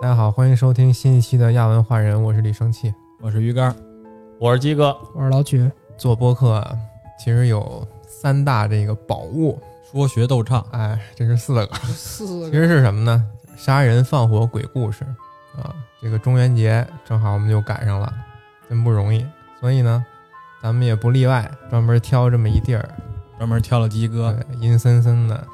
大家好，欢迎收听新一期的亚文化人，我是李生气。我是鱼竿，我是鸡哥，我是老曲，做播客啊其实有三大这个宝物，说学逗唱，哎，这是四个，四其实是什么呢？杀人放火鬼故事啊，这个中元节正好我们就赶上了，真不容易。所以呢，咱们也不例外，专门挑这么一地儿，专门挑了鸡哥，对，阴森森的，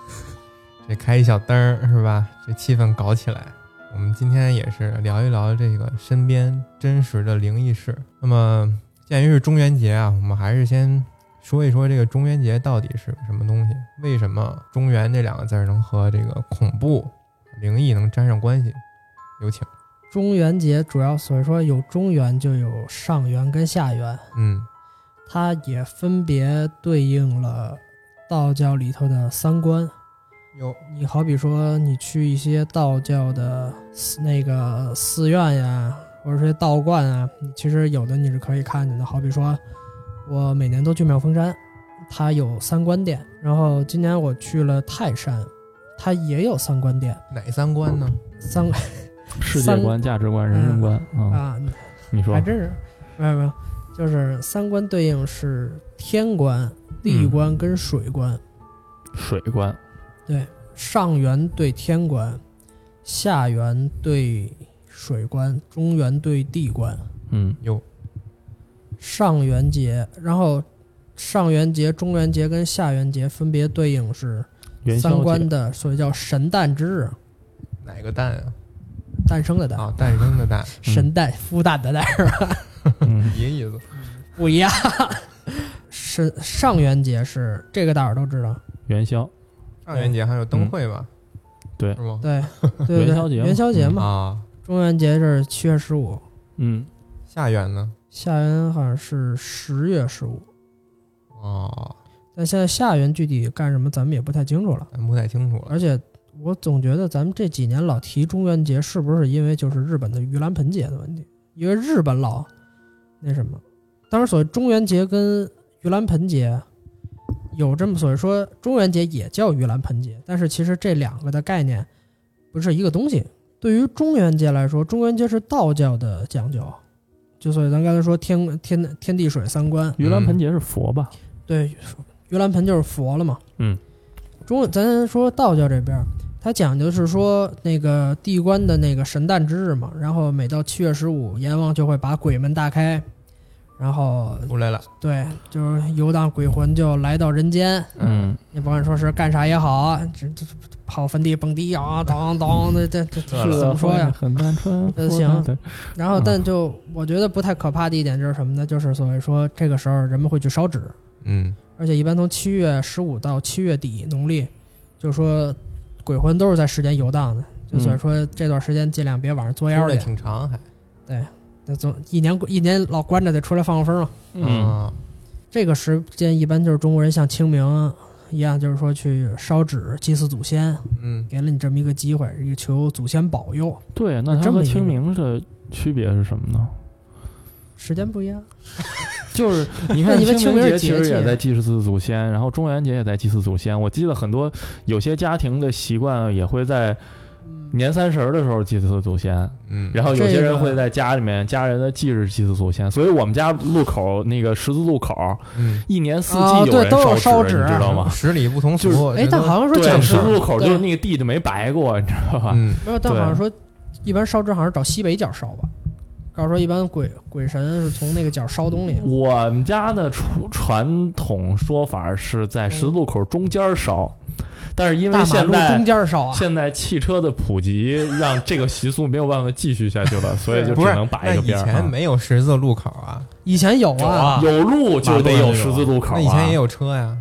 这开一小灯儿是吧？这气氛搞起来。我们今天也是聊一聊这个身边真实的灵异事。那么，鉴于是中元节啊，我们还是先说一说这个中元节到底是个什么东西？为什么“中元”这两个字儿能和这个恐怖、灵异能沾上关系？有请。中元节主要所以说有中元就有上元跟下元，嗯它也分别对应了道教里头的三观。有你好比说你去一些道教的寺那个寺院呀，或者说道观啊，你其实有的你是可以看见的。好比说，我每年都去妙峰山，它有三观殿，然后今年我去了泰山，它也有三观殿，哪三观呢？三世界三观、价值观、人生观啊，嗯啊，你说还真是，没有没有，就是三观对应是天官、嗯地官跟水官。水观，上元对天官，下元对水官，中元对地官。嗯，有上元节，然后上元节、中元节跟下元节分别对应是元宵三观节的，所谓叫神诞之日，哪个蛋啊？诞生的诞，啊，诞生的诞，神诞孵蛋的诞是吧？嗯，一个意思。不一样。 神上元节是这个大伙儿都知道，元宵，上元节还有灯会吧？对是吗？对对对，元宵节嘛元宵节嘛，啊，中元节是七月十五，嗯，下元呢？下元好像是十月十五，哦，但现在下元具体干什么咱们也不太清楚了。咱不太清楚了。而且我总觉得咱们这几年老提中元节，是不是因为就是日本的盂兰盆节的问题？因为日本老那什么，当然所谓中元节跟盂兰盆节有这么所谓说，中元节也叫盂兰盆节，但是其实这两个的概念不是一个东西。对于中元节来说，中元节是道教的讲究，就所以咱刚才说天天天地水三观，盂兰盆节是佛吧？对，盂兰盆就是佛了嘛。嗯，中文咱说道教这边儿，它讲究是说那个地官的那个神诞之日嘛，然后每到七月十五，阎王就会把鬼门大开，然后出来了，对，就是游荡鬼魂就来到人间。嗯，你甭管说是干啥也好，这这这跑坟地蹦迪啊，当当的，这这嗯是这怎呃么说呀？很单纯，嗯行对，然后，嗯但就我觉得不太可怕的一点就是什么呢？就是所谓说这个时候人们会去烧纸，嗯，而且一般从七月十五到七月底农历，就是说鬼魂都是在时间游荡的，就所以说这段时间尽量别晚上嗯作出妖来去。挺长还，那总一年一年老关着得出来放放风嘛。嗯，啊，这个时间一般就是中国人像清明一样，就是说去烧纸祭祀祖先，嗯，给了你这么一个机会，一个求祖先保佑。对，那它这么和一个清明的区别是什 么呢？时间不一样，就是你那看你们清清明节是其节实也气啊在祭祀祖先，然后中元节也在祭祀祖先。我记得很多有些家庭的习惯也会在年三十儿的时候祭祀祖先，嗯，然后有些这个人会在家里面家人的忌日祭祀祖先，所以我们家路口那个十字路口嗯，一年四哦季对人都有烧烧纸你知道吗？十里不同俗就，是哎这，都但好像说对，讲十是是字路口对就是那个地就没白过，你知道吧？嗯，没有，但对好像说一般烧纸好像是找西北角烧吧，告诉说一般鬼鬼神是从那个角烧东西。我们家的传传统说法是在十字路口中间烧，但是因为大马现路在中间烧啊，现在汽车的普及，让这个习俗没有办法继续下去了，所以就只不是能，把那一个以边儿啊前。没有十字路口啊，以前有啊，有路就得有十字路口、啊，那以前也有车呀，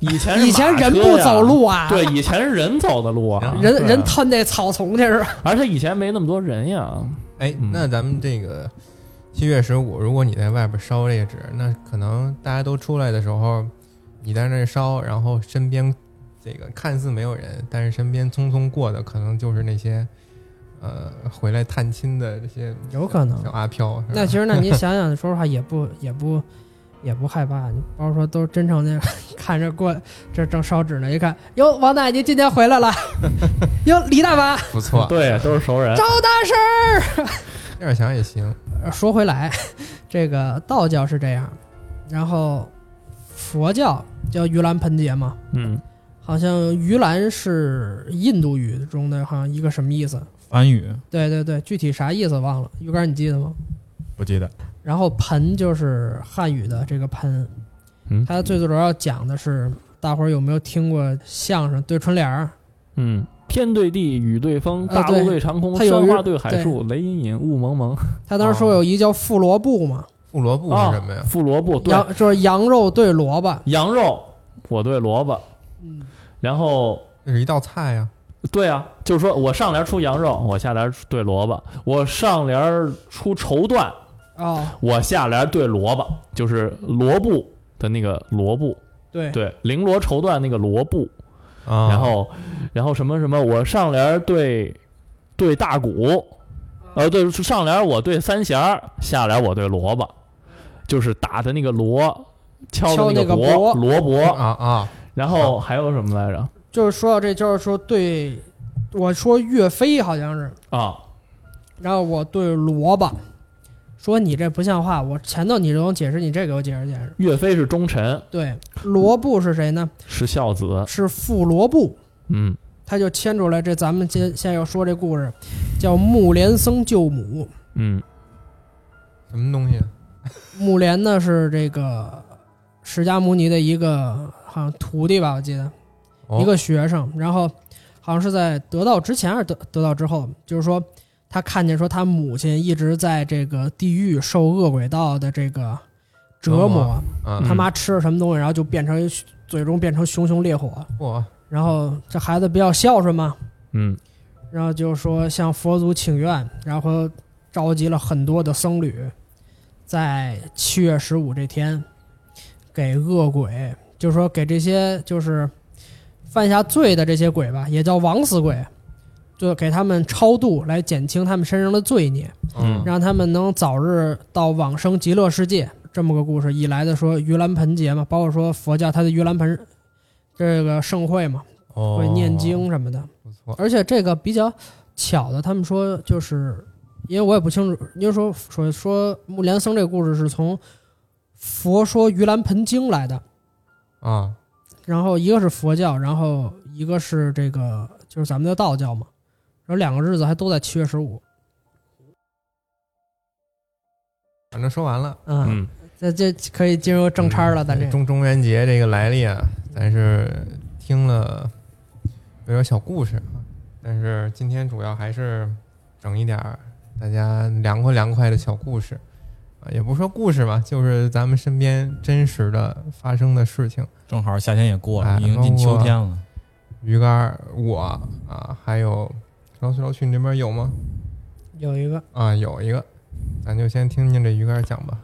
以前是以前马人车不呀走，路啊，对，以前是啊人走的路啊，人对人摊那草丛去是 吧？而且以前没那么多人呀，哎，嗯那咱们这个七月十五，如果你在外边烧这个纸，那可能大家都出来的时候，你在那儿烧，然后身边这个看似没有人，但是身边匆匆过的，可能就是那些呃回来探亲的这些有可能小阿飘，是吧那其实那你想想说实话也不也不也不害怕。包括说都是真成那 看着过这正烧纸呢，一看哟，王大爷今天回来 了，哟，李大妈不错，对，都是熟人赵。大师。这样想也行。说回来， 这个道教是这样，然后佛教叫盂兰盆节嘛，嗯，好像盂兰是印度语中的好像一个什么意思？梵语对对对，具体啥意思忘了。鱼竿你记得吗？不记得，然后盆就是汉语的这个盆嗯，它最主要讲的是大伙儿有没有听过相声对春联儿？嗯，天对地，雨对风，呃大陆对对长空，它有山一花对海树，雷隐隐，雾蒙蒙。他当时说有一叫富萝卜嘛，胡萝卜啊哦是什么呀？胡萝卜对羊就是羊肉对萝卜，羊肉，我对萝卜，嗯，然后这是一道菜呀。对啊，就是说我上联出羊肉，我下联对萝卜；我上联出绸缎，哦，我下联对萝卜，就是罗布的那个罗布，对，对，绫罗绸缎那个罗布。啊，然后，然后什么什么，我上联对对大鼓，啊呃，对上联我对三弦儿，下联我对萝卜，就是打的那个锣，敲敲的那个锣钹锣钹。啊啊，然后还有什么来着？就是说到这，就是说对，我说岳飞好像是，啊，然后我对萝卜说你这不像话，我前头你都能解释，你这给我解释解释。岳飞是忠臣，对，罗布是谁呢？是孝子，是富罗布，嗯，他就牵出来这咱们今现在要说这故事，叫木莲僧救母。嗯，什么东西？木莲呢是这个释迦牟尼的一个好像徒弟吧，我记得哦一个学生，然后好像是在得道之前还是得得道之后，就是说他看见说他母亲一直在这个地狱受恶鬼道的这个折折磨磨，啊嗯他妈吃了什么东西，然后就变成最终变成熊熊烈火，嚯，然后这孩子比较孝顺嘛，嗯，然后就说向佛祖请愿，然后召集了很多的僧侣，在七月十五这天，给恶鬼，就是说给这些就是犯下罪的这些鬼吧，也叫枉死鬼，就给他们超度，来减轻他们身上的罪孽，嗯让他们能早日到往生极乐世界。这么个故事，一来的说盂兰盆节嘛，包括说佛教它的盂兰盆这个盛会嘛，哦，会念经什么的。不错，而且这个比较巧的，他们说就是，因为我也不清楚，因为说说说木莲僧这个故事是从《佛说盂兰盆经》来的，啊，然后一个是佛教，然后一个是这个就是咱们的道教嘛，然后两个日子还都在七月十五，反正说完了。啊，嗯，这这可以进入正差了，咱这嗯中中元节这个来历啊，咱是听了有点小故事啊，但是今天主要还是整一点儿大家凉快凉快的小故事啊，也不说故事吧，就是咱们身边真实的发生的事情。正好夏天也过哎了，已经进秋天了。鱼竿儿，我啊，还有老鼠老曲，你这边有吗？有一个啊，有一个，咱就先听听这鱼竿儿讲吧。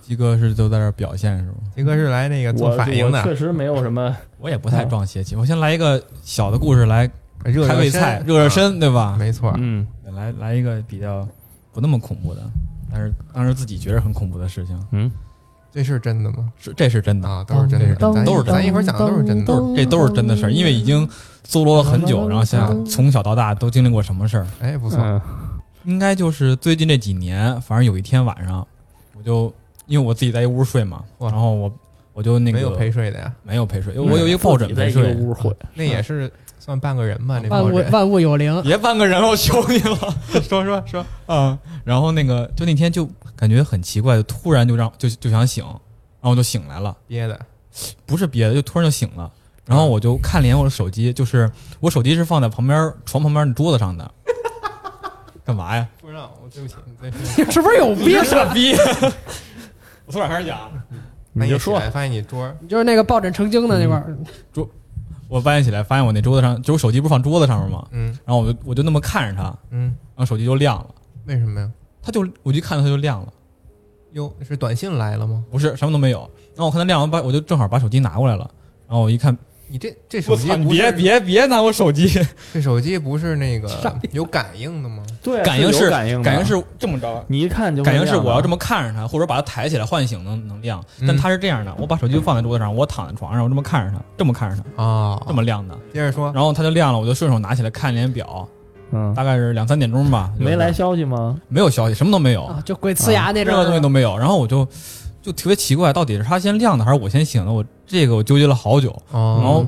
鸡哥是都在这儿表现是吗？杰哥是来那个嗯我做反应我确的，实没有什么，我也不太撞邪气，我先来一个小的故事来嗯热开胃菜，热热，身，对啊？吧没错，嗯来来一个比较不那么恐怖的，但是当时自己觉得很恐怖的事情，嗯，这是真的吗？是这是真的，啊，都是真的，当咱都是真的咱一会儿讲的都是真的。这都是真的事儿，因为已经搜罗了很久，然后想想从小到大都经历过什么事儿，哎，不不错，应该就是最近这几年，反正有一天晚上，我就因为我自己在一屋睡嘛，哇然后我我就那个没有陪睡的呀，没有陪嗯睡，我有一个抱枕在陪一个睡，屋会， 那也是算半个人吧，那抱万物枕。 万物有灵， 别半个人了，我求你了，说说说啊！然后那个就那天就感觉很奇怪，突然就让就就想醒，然后我就醒来了，憋的，不是别的，就突然就醒了。然后我就看了一眼我的手机，就是我手机是放在旁边床旁边的桌子上的，干嘛呀？不知道，我对不起，你再说。你 是不是有病？啊傻逼！ 我从哪开始讲？啊半夜你就起说来发现你桌儿就是那个抱枕成精的那块儿，我半夜起来发现我那桌子上，就我手机不是放桌子上面吗？嗯然后我就我就那么看着它，嗯，然后手机就亮了，为什么呀？它就我就看着它就亮了，哟，是短信来了吗？不是什么都没有。然后我看它亮完，把我就正好把手机拿过来了，然后我一看你这这手我机操！你不是别别别拿我手机，这手机不是那 个有感应的吗？对，感应有是感应的，感应是这么啊着，你一看就会感应是亮的我要这么看着它，或者把它抬起来唤醒能能亮。嗯但它是这样的，我把手机放在桌子上，我躺在床上，我这么看着它，这么看着它， 啊，这么亮的，接着说，然后它就亮了，我就顺手拿起来看了一眼表，嗯，大概是两三点钟吧，就是没来，消息吗？没有消息，什么都没有，啊，就鬼呲牙那任种何东西都没有。然后我就就特别奇怪，到底是它先亮的还是我先醒的？我这个我纠结了好久，然哦，后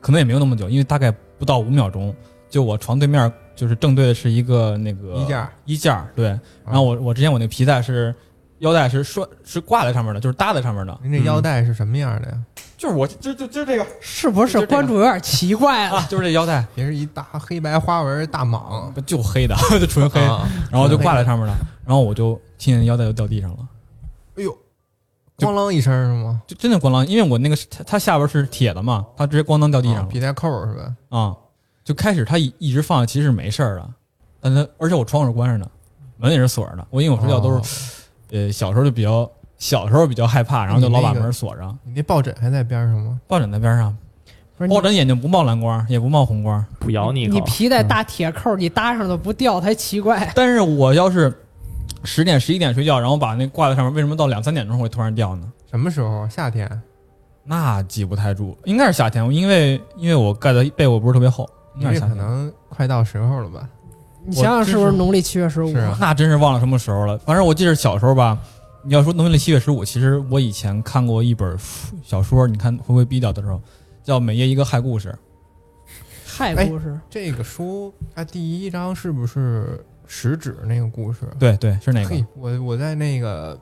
可能也没有那么久，因为大概不到五秒钟，就我床对面就是正对的是一个那个衣架，衣架，嗯对。然后我我之前我那皮带是腰带是拴是挂在上面的，就是搭在上面的，您这腰带是什么样的呀？就是我就就就这个是不是关注有点奇怪了？啊，就是这腰带。别是一大黑白花纹大蟒，就黑的， 就嗯纯黑，啊，然后就挂在上面了，然后我就听见腰带就掉地上了，哎呦，就咣啷一声是吗？就真的咣啷，因为我那个是它它下边是铁的嘛，它直接咣当掉地上啊了，皮带扣儿是吧？啊，就开始他一一直放，其实没事儿的，但他而且我窗户是关着的，门也是锁着的。我因为我睡觉都是、是，呃小时候就比较小时候比较害怕，然后就老把你那个门锁上。你那抱枕还在边上吗？抱枕在边上，不是抱你枕眼睛不冒蓝光，也不冒红光，不咬你一口你皮带大铁扣，你搭上了不掉才奇怪。但是我要是十点十一点睡觉，然后把那挂在上面，为什么到两三点钟会突然掉呢？什么时候？夏天那记不太住，应该是夏天，因为因为我盖的被窝不是特别厚，应你该这是夏可天。能快到时候了吧？你想想是不是农历七月十五是？啊，那真是忘了什么时候了。反正我记得小时候吧，你要说农历七月十五，其实我以前看过一本书小说，你看会不会逼掉的时候，叫《每夜一个害故事》。太哎不是，这个书它第一章是不是食指那个故事？对对，是那个嘿，我我在那个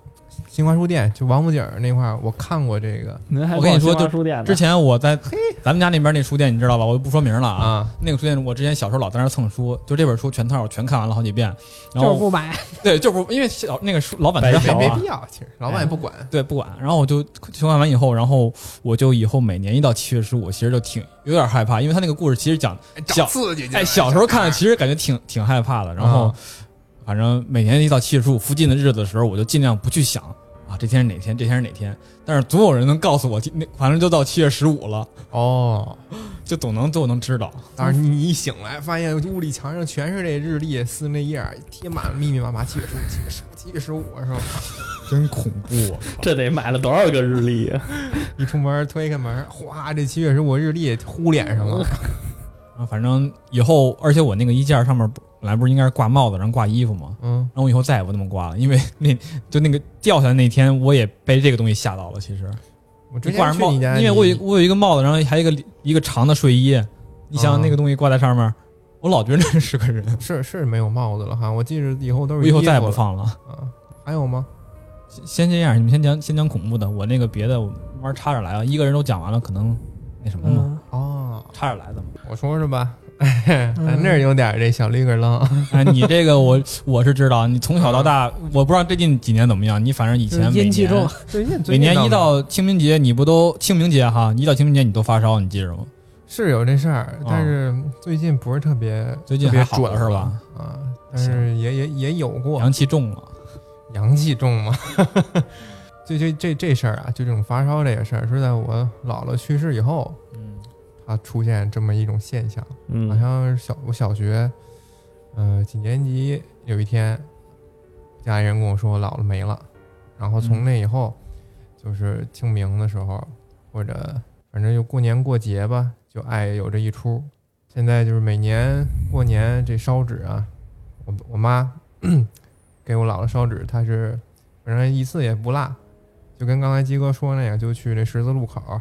新华书店，就王府井那块儿，我看过这个您还我跟你逛说新华就书店呢之前我在咱们家那边那书店，你知道吧？我就不说名了啊。啊，那个书店，我之前小时候老在那儿蹭书，就这本书全套全看完了好几遍。然就是后不买。对，就不因为小那个书老板白特别没好没啊必，要，其实老板也不管。对，不管。然后我就全看完以后，然后我就以后每年一到七月十五，其实就挺有点害怕，因为他那个故事其实讲找小刺激去了！哎，小时嗯候看了其实感觉挺挺害怕的，然后、啊反正每年一到七月十五附近的日子的时候，我就尽量不去想啊，这天是哪天，这天是哪天。但是总有人能告诉我，今那反正就到七月十五了，哦，就总能就能知道。当然你一醒来，发现屋里墙上全是这日历、撕那页儿，贴满了密密麻麻，七月十五、七月十五、七月十五，是吧？真恐怖、啊这得买了多少个日 历啊？一出门推开门，哗，这七月十五日历呼脸上了。 啊！反正以后，而且我那个衣架上面不本来不是应该是挂帽子，然后挂衣服吗？嗯，然后我以后再也不那么挂了，因为 那就那个掉下来那天，我也被这个东西吓到了。其实我之你挂前上去帽，你家，因为我有我有一个帽子，然后还有一个一个长的睡衣，你想啊想那个东西挂在上面，我老觉得那是个人，是是 没有帽子了哈，我记着以后都我是以后再也衣服不了放了。啊。还有吗？先先这样，你们先讲先讲恐怖的，我那个别的我慢慢插着来啊，一个人都讲完了，可能那什么嘛，嗯，哦，插着来的嘛。我说说吧， 嗯咱这儿有点这小绿根 楞。 哎，你这个我我是知道，你从小到大，嗯我不知道最近几年怎么样，你反正以嗯就是前每阴气重年。每年一到清明节，你不都清明节哈？你一到清明节你都发烧，你记着吗？是有这事儿啊，但是最近不是特别最近特别还好准了是吧？啊，但是也也也有过阳气重了，阳气重嘛。 这这这这事儿啊，就这种发烧这个事儿，是在我姥姥去世以后，嗯，它出现这么一种现象。好嗯，像是小我小学，呃，几年级有一天，家里人跟我说我姥姥没了，然后从那以后，就是清明的时候，或者反正就过年过节吧，就爱有这一出。现在就是每年过年这烧纸啊，我我妈给我姥姥烧纸，她是反正一次也不落，就跟刚才鸡哥说那个，就去那十字路口，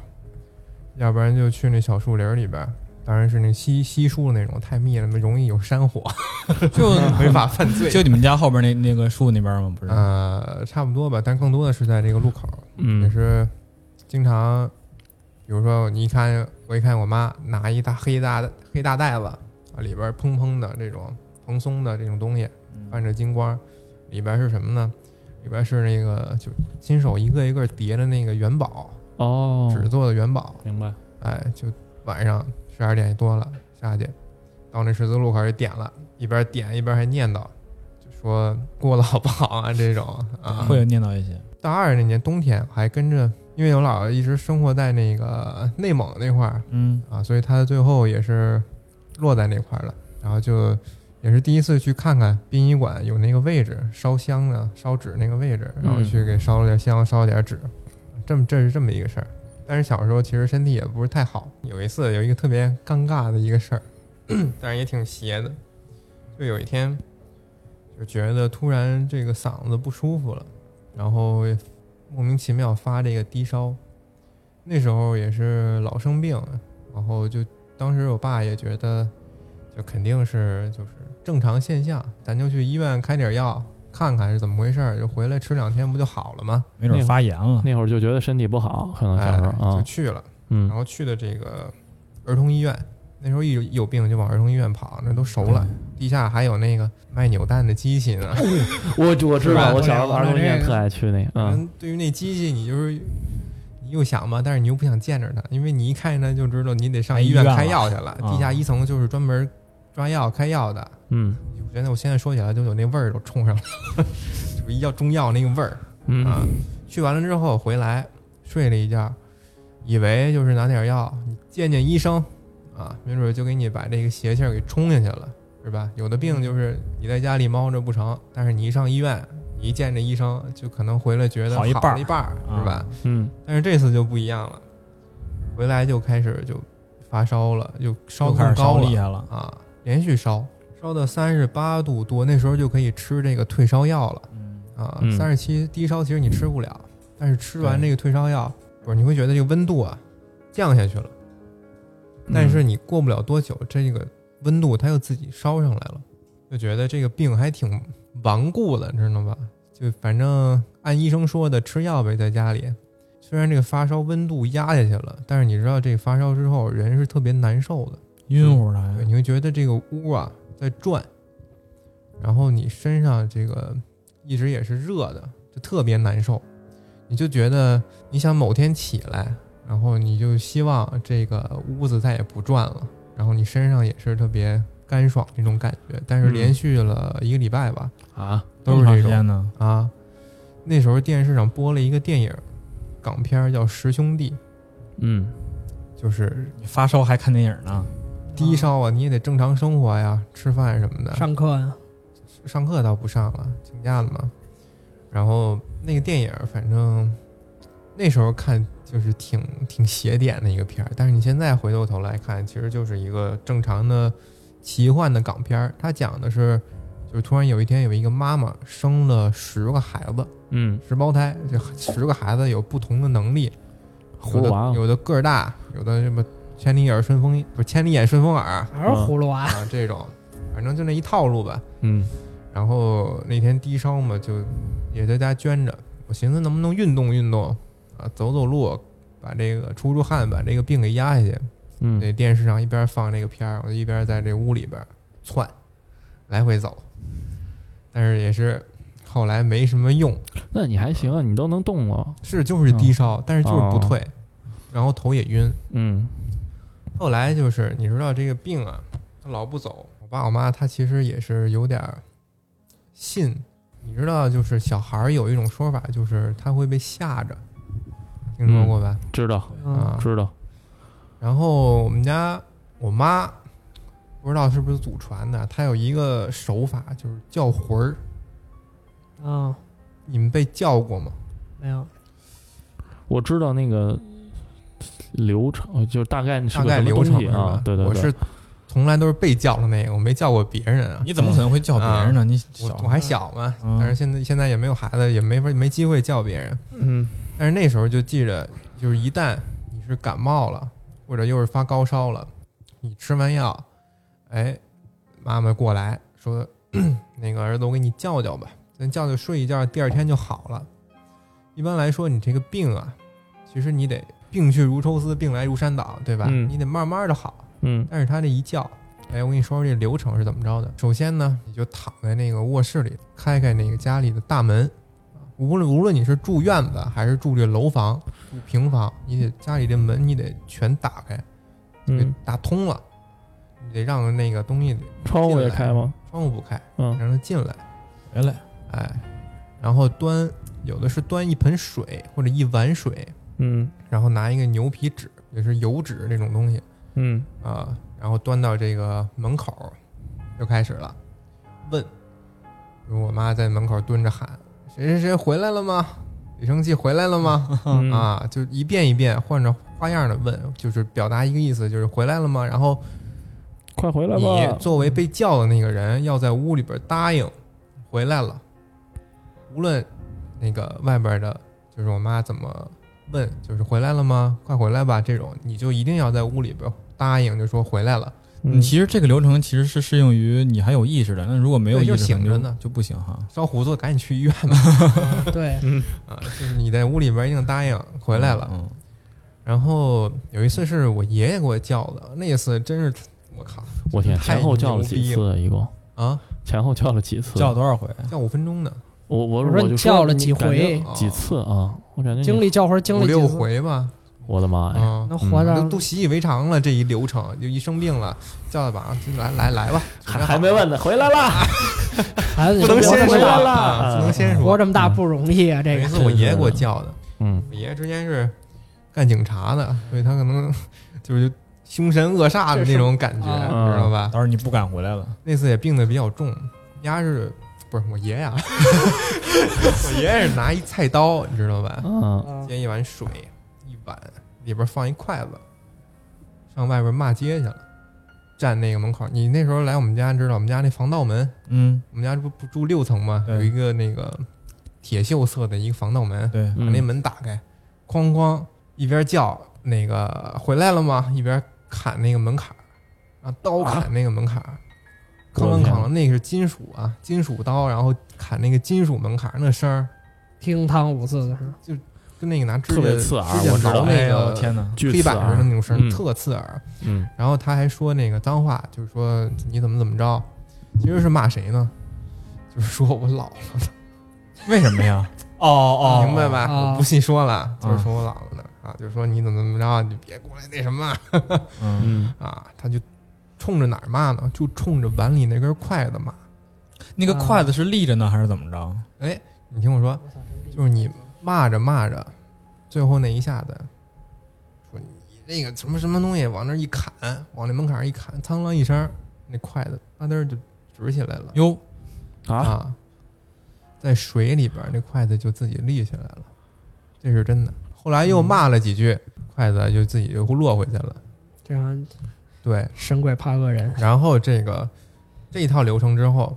要不然就去那小树林里边，当然是那稀稀疏的那种，太密了，容易有山火， 就违法犯罪。就你们家后边那那个树那边吗？不是，呃，差不多吧，但更多的是在这个路口，也嗯，是经常，比如说你一看我一看我妈拿一大黑大黑大袋子啊，里边蓬蓬的这种蓬松的这种东西，泛着金光，里边是什么呢？里边是那个就亲手一个一个叠的那个元宝，哦，纸做的元宝，明白，哎，就晚上十二点多了下去，到那十字路口就点了，一边点一边还念叨，就说过得好不好啊这种啊。会有念叨一些。大二那年冬天，我还跟着因为我姥姥一直生活在那个内蒙那块儿嗯啊，所以她最后也是落在那块儿了。然后就也是第一次去看看殡仪馆有那个位置烧香的烧纸那个位置，然后去给烧了点香，烧了点纸，这么这是这么一个事儿。但是小时候其实身体也不是太好，有一次有一个特别尴尬的一个事儿， 但是也挺邪的，就有一天就觉得突然这个嗓子不舒服了，然后莫名其妙发这个低烧，那时候也是老生病了，然后就当时我爸也觉得就肯定是就是正常现象，咱就去医院开点药看看是怎么回事儿，就回来吃两天不就好了吗？没准那发炎了。那会儿就觉得身体不好，可能小时候哎、就啊，去了，然嗯后去的这个儿童医院，那时候一有有病就往儿童医院跑，那都熟嗯了，地下还有那个卖扭蛋的机器呢。我我知是吧道，我小时候我儿童医这院个特爱去那个，嗯，嗯，对于那机器，你就是你又想吧，但是你又不想见着它，因为你一看见它就知道你得上医院哎开医院药去了。啊地下一层就是专门抓药开药的。嗯我觉得我现在说起来就有那味儿都冲上来了， 就是要中药那个味儿啊嗯。去完了之后回来睡了一觉，以为就是拿点药，你见见医生啊，没准就给你把这个邪气儿给冲下去了，是吧？有的病就是你在家里猫着不成，但是你一上医院，你一见这医生，就可能回来觉得好一半儿了一半儿，啊是吧？嗯，但是这次就不一样了，回来就开始就发烧了，就烧又开更始烧高厉了害了，啊，连续烧，烧到三十八度多，那时候就可以吃这个退烧药了嗯，啊。嗯三十七低烧其实你吃不了，但是吃完这对个退烧药，不是你会觉得这个温度啊降下去了，但是你过不了多久，这个温度它又自己烧上来了，就觉得这个病还挺顽固的，你知道吧？就反正按医生说的吃药呗，在家里。虽然这个发烧温度压下去了，但是你知道这个发烧之后人是特别难受的，晕乎来对，你会觉得这个屋啊在转，然后你身上这个一直也是热的，就特别难受。你就觉得你想某天起来，然后你就希望这个屋子再也不转了，然后你身上也是特别干爽那种感觉。但是连嗯续了一个礼拜吧，啊，都是长这时种间呢。啊。那时候电视上播了一个电影，港片儿叫《十兄弟嗯，》，就是你发烧还看电影呢？低烧啊，你也得正常生活呀，吃饭什么的。嗯上课啊呀，上课倒不上了，请假了嘛。然后那个电影儿，反正那时候看就是挺挺邪点的一个片儿，但是你现在回过头来看，其实就是一个正常的奇幻的港片儿。它讲的是，就是突然有一天有一个妈妈生了十个孩子，嗯，十胞胎，就十个孩子有不同的能力，葫有芦的娃有的个儿大，有的什么千里眼顺风不是千里眼顺风耳还是葫芦娃，啊这种，反正就那一套路吧。嗯然后那天低烧嘛，就也在家捐着。我寻思能不能运动运动啊，走走路，把这个出出汗，把这个病给压下去。嗯，那电视上一边放这个片儿，我就一边在这屋里边窜，来回走。但是也是后来没什么用，那你还行啊，你都能动了，是就是低烧，但是就是不退，然后头也晕。嗯后来就是你知道这个病啊，他老不走。我爸我妈他其实也是有点儿信，你知道，就是小孩儿有一种说法，就是他会被吓着，听说过吧？知道嗯，啊，知道，然后我们家我妈不知道是不是祖传的，她有一个手法就是叫魂儿。啊，你们被叫过吗？没有，我知道那个流程，就是大概是大个概什么流东程西是啊吧？，对对我对，是从来都是被叫的那个，我没叫过别人啊。你怎么可能会叫别人呢？你我小我还小嘛，啊嗯但是现在现在也没有孩子，也没法没机会叫别人。嗯但是那时候就记着，就是一旦你是感冒了，或者又是发高烧了，你吃完药，哎，妈妈过来说， 那个儿子，我给你叫叫吧，咱叫叫睡一觉，第二天就好了。一般来说，你这个病啊，其实你得病去如抽丝，病来如山倒，对吧？嗯你得慢慢的好。嗯但是他这一叫，哎，我跟你说说这流程是怎么着的。首先呢，你就躺在那个卧室里，开开那个家里的大门，啊无论无论你是住院子还是住这楼房、住平房，你得家里这门你得全打开，给嗯，打通了，你得让那个东西窗户也开吗？窗户不开，嗯让它进来，回来，哎，然后端有的是端一盆水或者一碗水，嗯然后拿一个牛皮纸，也是油纸那种东西嗯啊，然后端到这个门口，就开始了，问，比如我妈在门口蹲着喊：“谁谁谁回来了吗？李生气回来了吗？” 嗯，啊，就一遍一遍换着花样的问，就是表达一个意思，就是回来了吗？然后快回来你吧！作为被叫的那个人，要在屋里边答应回来了，无论那个外边的，就是我妈怎么问，就是回来了吗？快回来吧，这种你就一定要在屋里边答应，就说回来了。嗯嗯，其实这个流程其实是适用于你还有意识的，那如果没有对意识就可能就，醒着呢就不行哈。烧糊涂，赶紧去医院吧！对，啊，就是你在屋里边硬答应回来了。嗯，然后有一次是我爷爷给我叫的，那次真是我靠我天，太前后叫了牛几逼次啊？一共啊！前后叫了几嗯次？叫了多少回？叫五分钟的，我我我说我你就叫了你几感觉回，啊几次啊？我感觉你经历叫唤经嗯五历几六次，回吧，我的妈哎呀！啊，能活都着都习以为常了这一流程，就一生病了叫他吧，就来来来吧，还还没问呢，回来 啦！孩子不能活先说这么回来大，了啊不能先活说。这么大不容易啊，这有一个次我爷爷给我叫的，嗯我爷爷之前是干警察的，所以他可能 就是凶神恶煞的那种感觉，这是啊知道吧到？时候你不敢回来了，那次也病得比较重，丫是不是我爷呀？ 我爷爷是拿一菜刀，你知道吧？嗯啊接一碗水，一碗里边放一筷子，上外边骂街去了，站那个门口。你那时候来我们家，你知道我们家那防盗门，嗯，我们家不不住六层吗？对有一个那个铁锈色的一个防盗门，对，把嗯，那门打开，哐哐一边叫那个回来了吗？一边砍那个门槛儿，啊，刀砍那个门槛儿，我哐的哐天哐，那个是金属啊，金属刀，然后砍那个金属门槛儿，那声儿听汤五次的时候，跟那个拿指甲特别刺耳指甲我知道挠哎那呦个天哪，啊巨黑刺板似的耳，那种声，嗯特刺耳。嗯然后他还说那个脏话，就是说你怎么怎么着，其实是骂谁呢？就是说我老了，为什么呀？哦哦，嗯明白吧？哦我不细说了，就是说我老了呢啊，就是说你怎么怎么着，你别过来那什么嗯，嗯，啊，他就冲着哪儿骂呢？就冲着碗里那根筷子骂。那啊个筷子是立着呢还是怎么着？哎，你听我说，就是你骂着骂着，最后那一下子，说你那个什么什么东西往那儿一砍，往那门槛儿一砍，苍啷一声，那筷子吧嗒儿就直起来了。哟，啊，啊，在水里边儿那筷子就自己立起来了，这是真的。后来又骂了几句，筷子就自己就落回去了。这样对，神鬼怕恶人，然后这个这一套流程之后，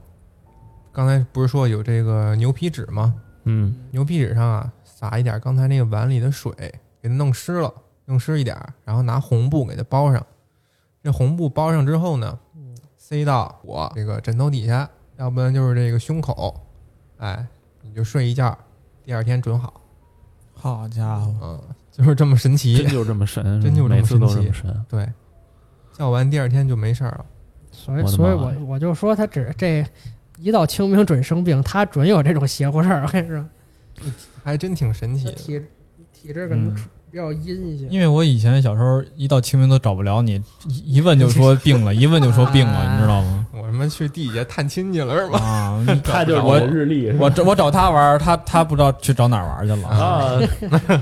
刚才不是说有这个牛皮纸吗？嗯牛皮纸上啊撒一点刚才那个碗里的水，给它弄湿了，弄湿一点儿，然后拿红布给它包上。这红布包上之后呢，塞到我这个枕头底下，要不然就是这个胸口，哎，你就睡一觉，第二天准好。好家伙，嗯，就是这么神真奇。就这么神，是吧真就这么每次都这神奇么神，对，叫完第二天就没事儿了。所以我的所以妈我呀我就说他只这一到清明准生病，他准有这种邪乎事儿，我跟你说，还真挺神奇他的。体体质可能嗯比较阴一些。因为我以前小时候一到清明都找不了你，一一问就说病了，一问就说病了，你知 道吗？我他妈去地底下探亲去了是吧？啊，你他就是我我日历我找我找他玩儿，他他不知道去找哪儿玩儿去了，啊，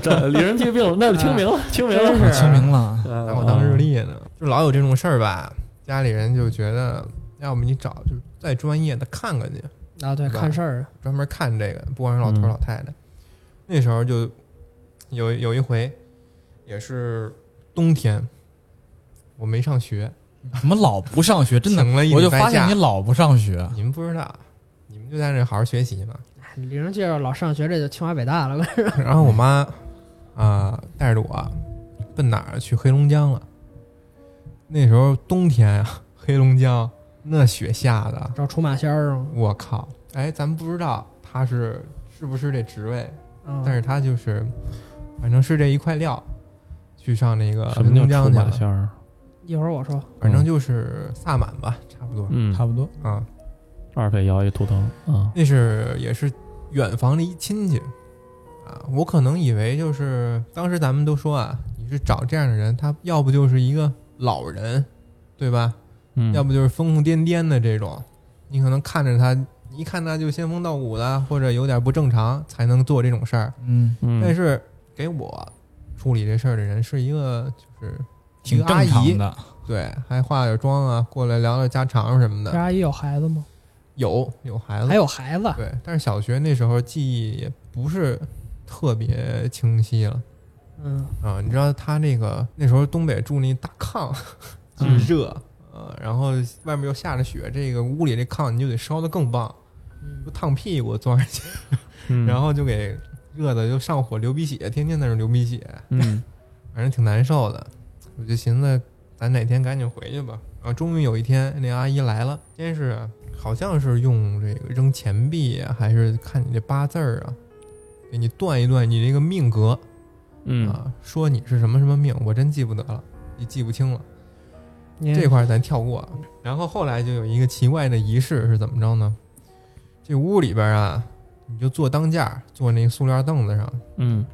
这李仁记病，那就清明了，清明了啊真，是清明了，拿拿我哦当日，历呢，就老有这种事儿吧。家里人就觉得，要么你找就是再专业的看看去，啊，对，对吧看事儿，专门看这个，不管是老头儿嗯老太太。那时候就有有一回，也是冬天，我没上学，怎么老不上学？真的请了一，礼我就拜发现假你老不上学。你们不知道，你们就在这好好学 习嘛。哎李仁介绍老上学，这就清华北大了。我跟你说然后我妈啊、带着我奔哪儿去黑龙江了。那时候冬天啊，黑龙江那雪下的，找出马仙儿啊吗？我靠！哎，咱们不知道他是是不是这职位，嗯，但是他就是反正是这一块料，去上那个啊什黑么龙叫江出去马了，仙儿？一会儿我说，反正就是萨满吧，差不多嗯，差不多，啊。二腿摇一秃头啊，那是也是远房的一亲戚啊，我可能以为就是当时咱们都说啊，你是找这样的人，他要不就是一个老人，对吧？嗯，要不就是疯疯癫癫的这种，你可能看着他，你一看他就仙风道骨的，或者有点不正常才能做这种事儿。哎嗯，嗯但是给我处理这事儿的人是一个就是挺一个阿嗯正姨常，的。对，还化点妆啊，过来聊聊家常什么这嗯的。阿姨有孩子吗？有有孩子还，有孩子，对，但是小学那时候记忆也不是特别清晰了嗯，啊、你知道他那个那时候东北住那大 炕，就是热，嗯呃，然后外面又下着雪，这个屋里这炕你就得烧的更旺，嗯就烫屁股钻上去，嗯然后就给热的就上火流鼻血，天天在那流鼻血，嗯反正挺难受的。我就寻思，咱哪天赶紧回去吧。然后终于有一天，那阿姨来了，先是好像是用这个扔钱币啊，还是看你这八字儿啊，给你断一断你这个命格嗯啊，说你是什么什么命，我真记不得了，你记不清了。你这块儿咱跳过。然后后来就有一个奇怪的仪式是怎么着呢？这屋里边啊，你就坐当架，坐那塑料凳子上，嗯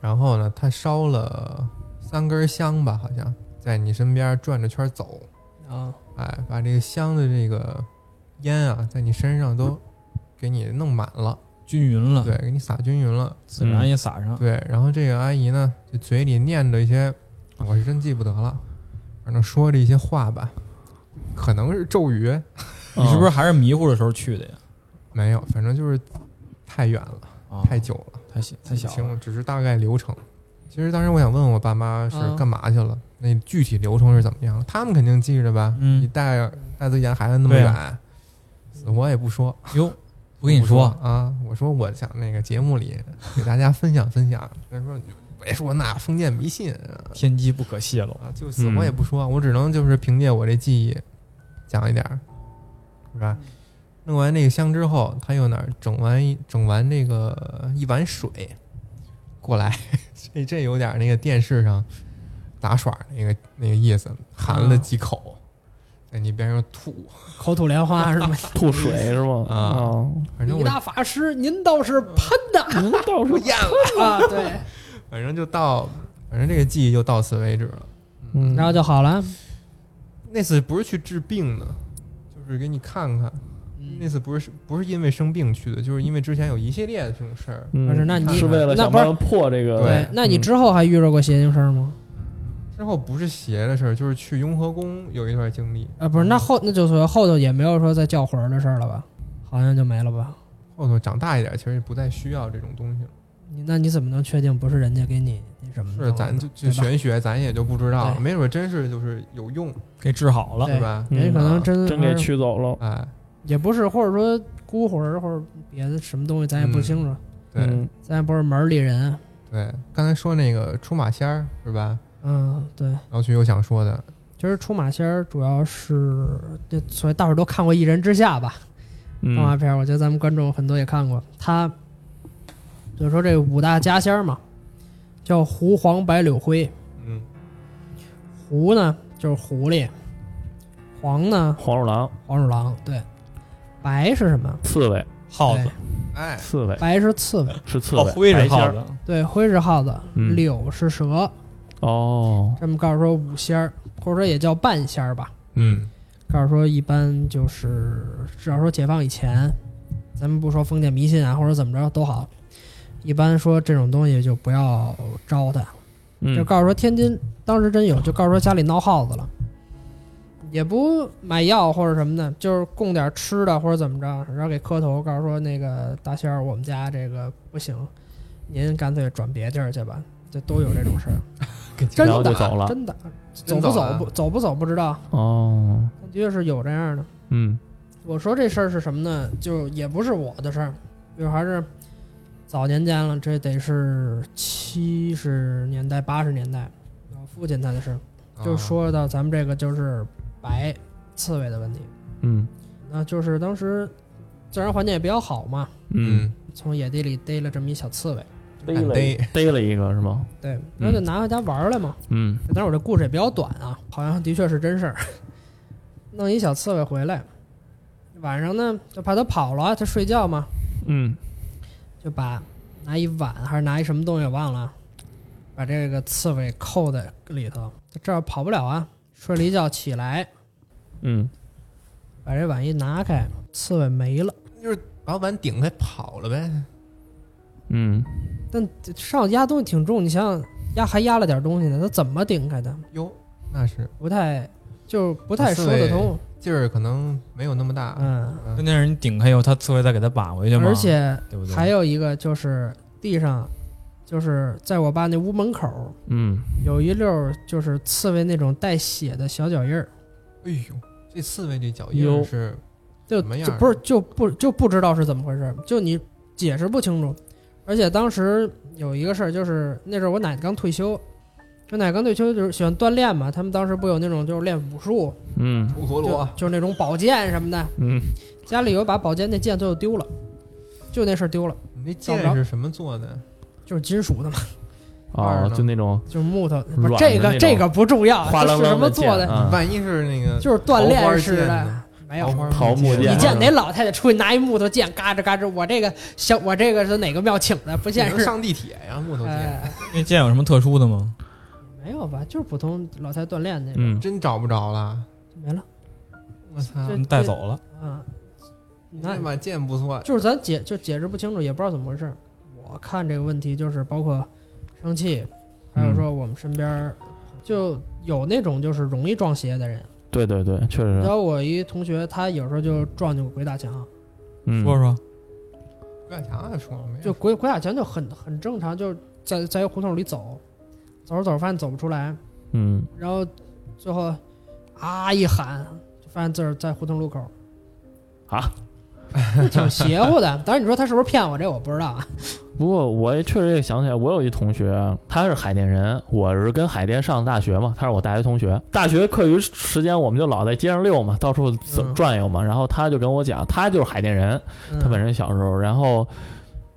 然后呢，他烧了三根香吧，好像在你身边转着圈走，啊，哎，把这个香的这个烟啊，在你身上都给你弄满了，均匀了，对，给你撒均匀了，孜然也撒上，对。然后这个阿姨呢，就嘴里念着一些，我是真记不得了，反正说着一些话吧，可能是咒语，你是不是还是迷糊的时候去的呀？没有，反正就是太远了，啊，太久了，太小太小行了，了，只是大概流程。其实当时我想问我爸妈是嗯干嘛去了，那具体流程是怎么样？他们肯定记着吧？嗯你带带自己家孩子那么对远，啊死活也不说。哟，我跟你不说说，啊，我说我想那个节目里给大家分享分享。他说别说那封建迷信啊天机不可泄露。啊，就死活也不说，我只能就是凭借我这记忆讲一点儿，是吧？弄完那个香之后，他又哪儿整完一整完那个一碗水过来， 这这有点那个电视上杂耍那个那个意思，含了几口，在你边上吐，口吐莲花是吗？吐水是吗？啊哦，反正李我嗯大法师，您倒是喷的您倒是咽了，啊，对，反正就到，反正这个记忆就到此为止了。嗯，然后就好了。那次不是去治病的，就是给你看看。嗯那次不是不是因为生病去的，就是因为之前有一系列的这种事儿，嗯不是那你是为了那想不是办法破这个对对，那你之后还遇着过邪性事儿吗？之后不是邪的事儿，就是去雍和宫有一段经历，啊，不是，嗯那后那就说后头也没有说再叫魂儿的事儿了吧？好像就没了吧？后头长大一点，其实也不再需要这种东西了。你那你怎么能确定不是人家给你那什么的？是，咱就就对吧玄学，咱也就不知道了，对没准儿真是就是有用，给治好了，对对吧？嗯人家可能真真给取走了。哎，也不是，或者说孤魂儿或者别的什么东西，咱也不清楚，对、嗯咱也不是门儿里人。对，刚才说那个出马仙儿是吧？嗯，对，老曲有想说的，其实出马仙儿主要是，就所以大伙儿都看过《一人之下》吧？动画嗯片儿，我觉得咱们观众很多也看过。他就是说这五大家仙儿嘛，叫狐、黄、白、柳、灰。嗯，狐呢就是狐狸，黄呢黄鼠狼、黄鼠狼，对。白是什么？刺猬、耗子对，哎，刺猬白是刺猬，是刺哦，猬，灰白是仙耗儿子，对，灰是耗子，哎嗯柳是蛇。哦，这么告诉说五仙儿，或者说也叫半仙儿吧。嗯告诉说一般就是至少说解放以前，咱们不说封建迷信啊，或者怎么着都好，一般说这种东西就不要招它。就嗯告诉说天津当时真有，就告诉说家里闹耗子了，也不买药或者什么的，就是供点吃的或者怎么着，然后给磕头，告诉说那个大仙儿，我们家这个不行，您干脆转别地儿去吧，就都有这种 事儿，真然后的就走了真的，走真不走走了不走不走不知道，哦，的确是有这样的。嗯我说这事儿是什么呢？就也不是我的事儿，就还是早年间了，这得是七十年代、八十年代，我父亲他的事儿。啊就说到咱们这个就是白刺猬的问题，嗯那就是当时自然环境也比较好嘛，嗯，从野地里逮了这么一小刺猬，逮敢了一逮逮了一个是吗？对，然后就拿回家玩儿来嘛。嗯但是我这故事也比较短啊，好像的确是真事儿。弄一小刺猬回来，晚上呢就怕它跑了，啊它睡觉嘛，嗯就把拿一碗还是拿一什么东西我忘了，把这个刺猬扣在里头，这儿跑不了啊。睡了一觉起来，嗯，把这碗一拿开，刺猬没了。把碗顶开跑了呗，嗯，上家东西挺重，你想想，压还压了点东西呢，他怎么顶开的？哟，那是不太就是不太说思维得通，劲儿可能没有那么大。嗯，嗯关键是你顶开以后，他刺猬再给他把回去嘛，而且对不对？还有一个就是地上，就是在我爸那屋门口嗯，有一溜儿就是刺猬那种带血的小脚印儿，哎呦，这刺猬这脚印哟儿是就什么样就儿不是就不就不知道是怎么回事儿，就你解释不清楚。而且当时有一个事儿，就是那阵儿我奶奶刚退休，我奶奶刚退休就是喜欢锻炼嘛，他们当时不有那种就是练武术，嗯不陀就螺，就是那种宝剑什么的，嗯，家里有把宝剑，那剑最后丢了，就那事儿丢了，你那找不着剑是什么做的？就是金属的嘛，二哦，呢就那种就是木头。软不是的这那个种这个不重要，哗啊这楞是什楞么的做剑的？啊，万一是那个就是哎锻桃花炼剑似的呢，没有。桃木剑啊你剑呢，见哪老太太出去拿一木头剑，嘎吱嘎吱，我这个小我这个是哪个庙请的？不现能实。上地铁呀，木头剑，哎，那剑有什么特殊的吗？没有吧？就是普通老太太锻炼那种，嗯，真找不着了。没了。我操，这带走了，嗯，那那把剑不错，就是咱解就解释不清楚，也不知道怎么回事。我看这个问题就是包括生气，还有说我们身边儿就有那种就是容易撞邪的人。对对对，确实然是，后我一同学，他有时候就撞见过鬼打墙，嗯，说说。不要强啊也说了，没就有鬼鬼打墙就很很正常，就是在在一胡同里走，走着走着发现走不出来，嗯然后最后啊一喊，就发现自个儿在胡同路口， 啊，挺邪乎的。当然你说他是不是骗我，这我不知道啊。不过我也确实也想起来，我有一同学，他是海淀人，我是跟海淀上大学嘛，他是我大学同学。大学课余时间我们就老在街上溜嘛，到处走嗯转悠嘛。然后他就跟我讲，他就是海淀人，嗯、他本人小时候，然后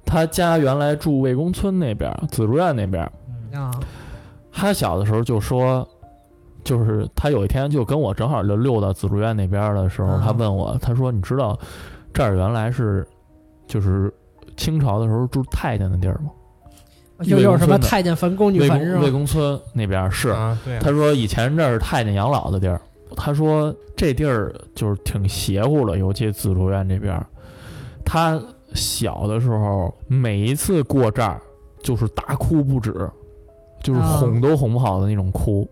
他家原来住魏公村那边，紫竹院那边。啊，他小的时候就说，就是他有一天就跟我正好就溜到紫竹院那边的时候，嗯他问我，他说：“你知道这儿原来是就是清朝的时候住太监的地儿吗？”又啊又有什么魏公村的太监坟、宫女啊魏坟是公魏吗？公村那边儿是，啊，对啊，他说以前这儿是太监养老的地儿，他说这地儿就是挺邪乎的，尤其紫竹院这边儿。他小的时候每一次过这儿就是大哭不止，就是啊哄都哄不好的那种哭。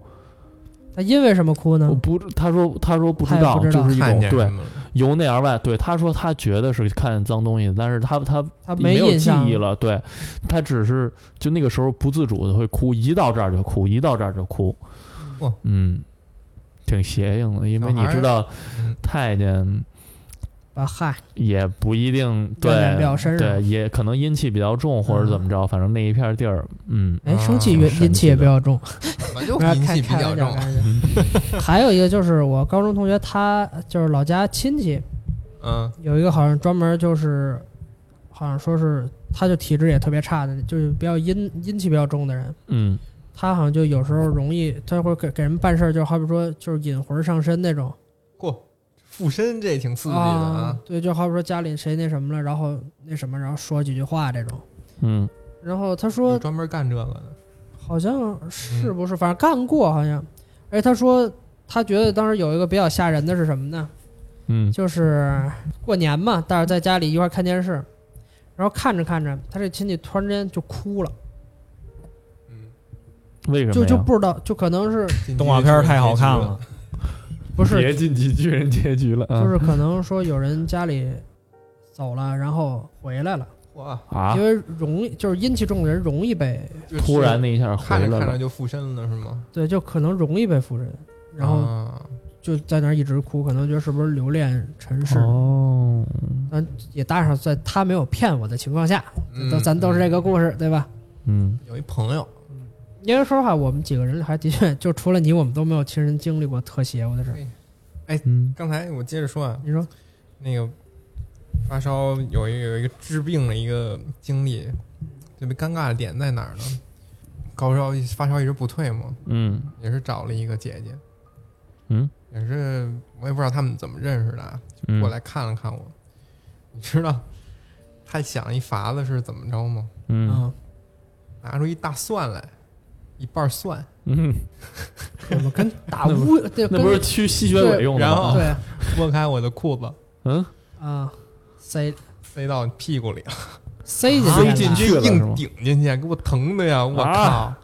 他因为什么哭呢我？不，他说他说不知嗯他也道，不知道就是一看种见对什么了？由内而外。对，他说他觉得是看见脏东西，但是他他他没有啊印记象忆。了。对，他只是就那个时候不自主的会哭，一到这儿就哭，一到这儿就哭哇。嗯，挺邪性的，因为小孩你儿知道嗯太监啊嗨，也不一定对怨念比较深是吧对，也可能阴气比较重或者怎么着，反正那一片地儿，嗯哎，啊生气挺越神阴气奇也的比较重。我就不要阴开气比开较玩笑重开，玩笑还有一个就是我高中同学，他就是老家亲戚嗯，有一个好像专门就是，好像说是他就体质也特别差的，就是比较阴阴气比较重的人，嗯他好像就有时候容易他会给给人办事儿，就好比说就是引魂上身那种嚯，附身这挺刺激的啊啊，，对，就好比说家里谁那什么了，然后那什么，然后说几句话这种。嗯然后他有说专门干这个的，好像嗯是不是，反正干过好像，而且他说他觉得当时有一个比较吓人的是什么呢？嗯就是过年嘛，大家在家里一块儿看电视，然后看着看着，他这亲戚突然之间就哭了，嗯，为什么就呀就不知道，就可能是进动画去片儿就太好结看局了，不别是进击巨人结局了啊就是可能说有人家里走了，然后回来了，哇，啊因！为容易就是阴气重的人容易被就突然是那一下回看来着看了着，就附身了是吗？对，就可能容易被附身，然后啊就在那儿一直哭，可能觉得是不是留恋尘世，哦，也搭上在他没有骗我的情况下，嗯都咱都是这个故事，对吧？嗯。有一朋友，因为说实话，我们几个人还的确就除了你，我们都没有亲身经历过特邪乎的事儿。嗯刚才我接着说啊，你说那个发烧有一有一个治病的一个经历，特别尴尬的点在哪儿呢？高烧发烧一直不退嘛，嗯也是找了一个姐姐，嗯，也是我也不知道他们怎么认识的啊，嗯过来，看了看我，你知道他想一法子是怎么着吗？嗯啊，拿出一大蒜来，一瓣蒜， 嗯，怎么 跟打乌对那跟不是啊去吸血鬼用的然吗？后对拨开我的裤子嗯，啊塞塞到屁股里了，塞进塞去啊进了去了是吗硬顶进去，给我疼的呀！我靠，啊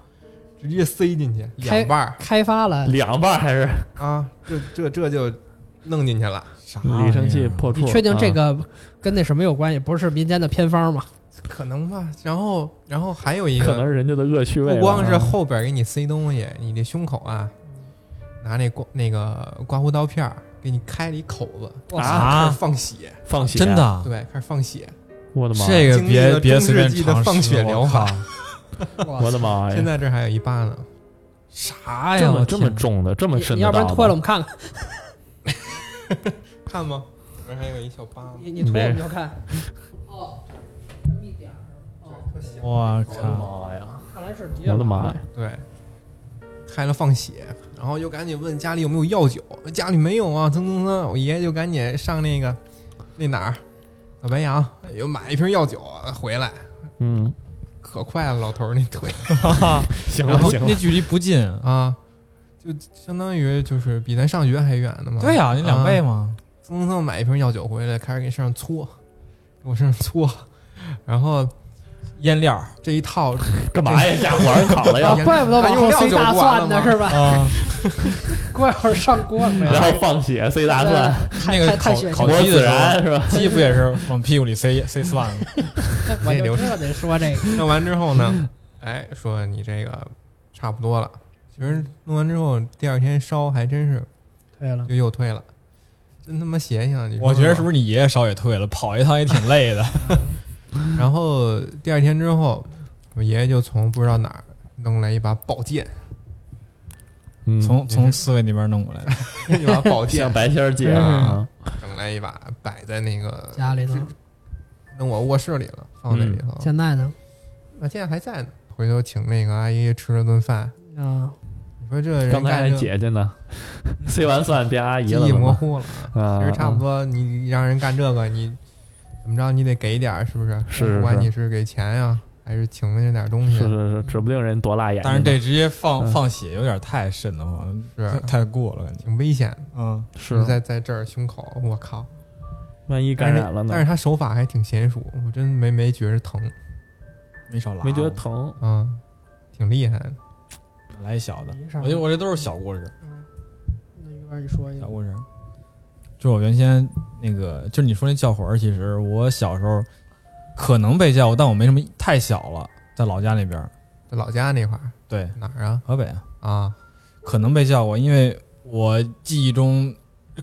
直直接塞进去开两半儿开发了，两半儿还是啊，这这这就弄进去了。啥李生气破处？你确定这啊？个跟那什么有关系？不是民间的偏方 吗？可能吧。然后，然后还有一可个，能是人家的恶趣味吧。不光是啊后边给你塞东西，你这胸口啊，拿那刮那个刮胡刀片儿给你开了一口子，我操啊开始放血，放血，真的，啊？对，开始放血。我的妈！这个经历别了别中随世便纪的尝试。放血疗我靠法我的妈哎呀！现在这还有一疤呢，哎啥这呀？么我这么天重的，这么深你的，要不然脱了我。们看看，看吗？这边还有一小疤呢，你你脱了没我人们就 看。哦，一点儿，特小我我的靠！妈呀！看来是我的妈呀！对，开了放血，然后又赶紧问家里有没有药酒，家里没有啊，噌噌噌，我爷爷就赶紧上那个那哪儿小白杨又买一瓶药酒回来，嗯，可快了，老头儿那 腿行然了后行那了，距离 不近，啊，就相当于就是比咱上学还远呢嘛。对呀，你两倍啊嘛。蹭蹭蹭买一瓶药酒回来，开始给你身上搓，给我身上搓，然后腌料这一套干嘛呀？家伙儿烤了哎呀 啊，！怪不得往后塞大蒜呢，是吧？啊，怪不得上锅了没有？然后放血塞大蒜，那 太个太烤太血腥烤了磨鸡的时孜候，然是吧？鸡不也是往屁股里塞塞 蒜吗？我就知道得说这个。弄完之后呢，哎，说你这个差不多了。其实弄完之后，第二天烧还真是对了，就又退了，真他妈邪性！啊你说我觉得吧是不是你爷爷烧也退了，跑一趟也挺累的。然后第二天之后，我爷爷就从不知道哪儿弄来一把宝 剑，嗯从从刺猬那边弄过来的，一把宝像剑白仙儿姐啊，整来一把，摆在那个家里呢？弄我卧室里了，放那里嗯头。现在呢？那现在还在呢。回头请那个阿姨吃了顿饭，啊，你说这人刚才干还这姐姐呢，塞完蒜变阿姨嗯记了忆模吗？糊了，啊，其嗯实差不多。你让人干这个，你怎么着，你得给点儿，是不是？是不管是你是给钱呀、还是请人家点儿东西，是是是，指不定人多辣眼睛但呢。是这直接放嗯放血有点太瘆得慌，太是太过了感觉。挺危险的。嗯，就是在在这儿胸口，我靠！万一感染了但是呢？他手法还挺娴熟，我真没没觉着疼没少拉，没觉得。疼，啊，挺厉害的。来一小的，没事儿嗯我觉得我这都是小故事，那一边你说一小个，啊故事。就是我原先那个，就是你说那叫魂儿，其实我小时候可能被叫过，但我没什么太小了，在老家那边儿，在老家那块儿对，哪儿啊？河北啊，啊，可能被叫过，因为我记忆中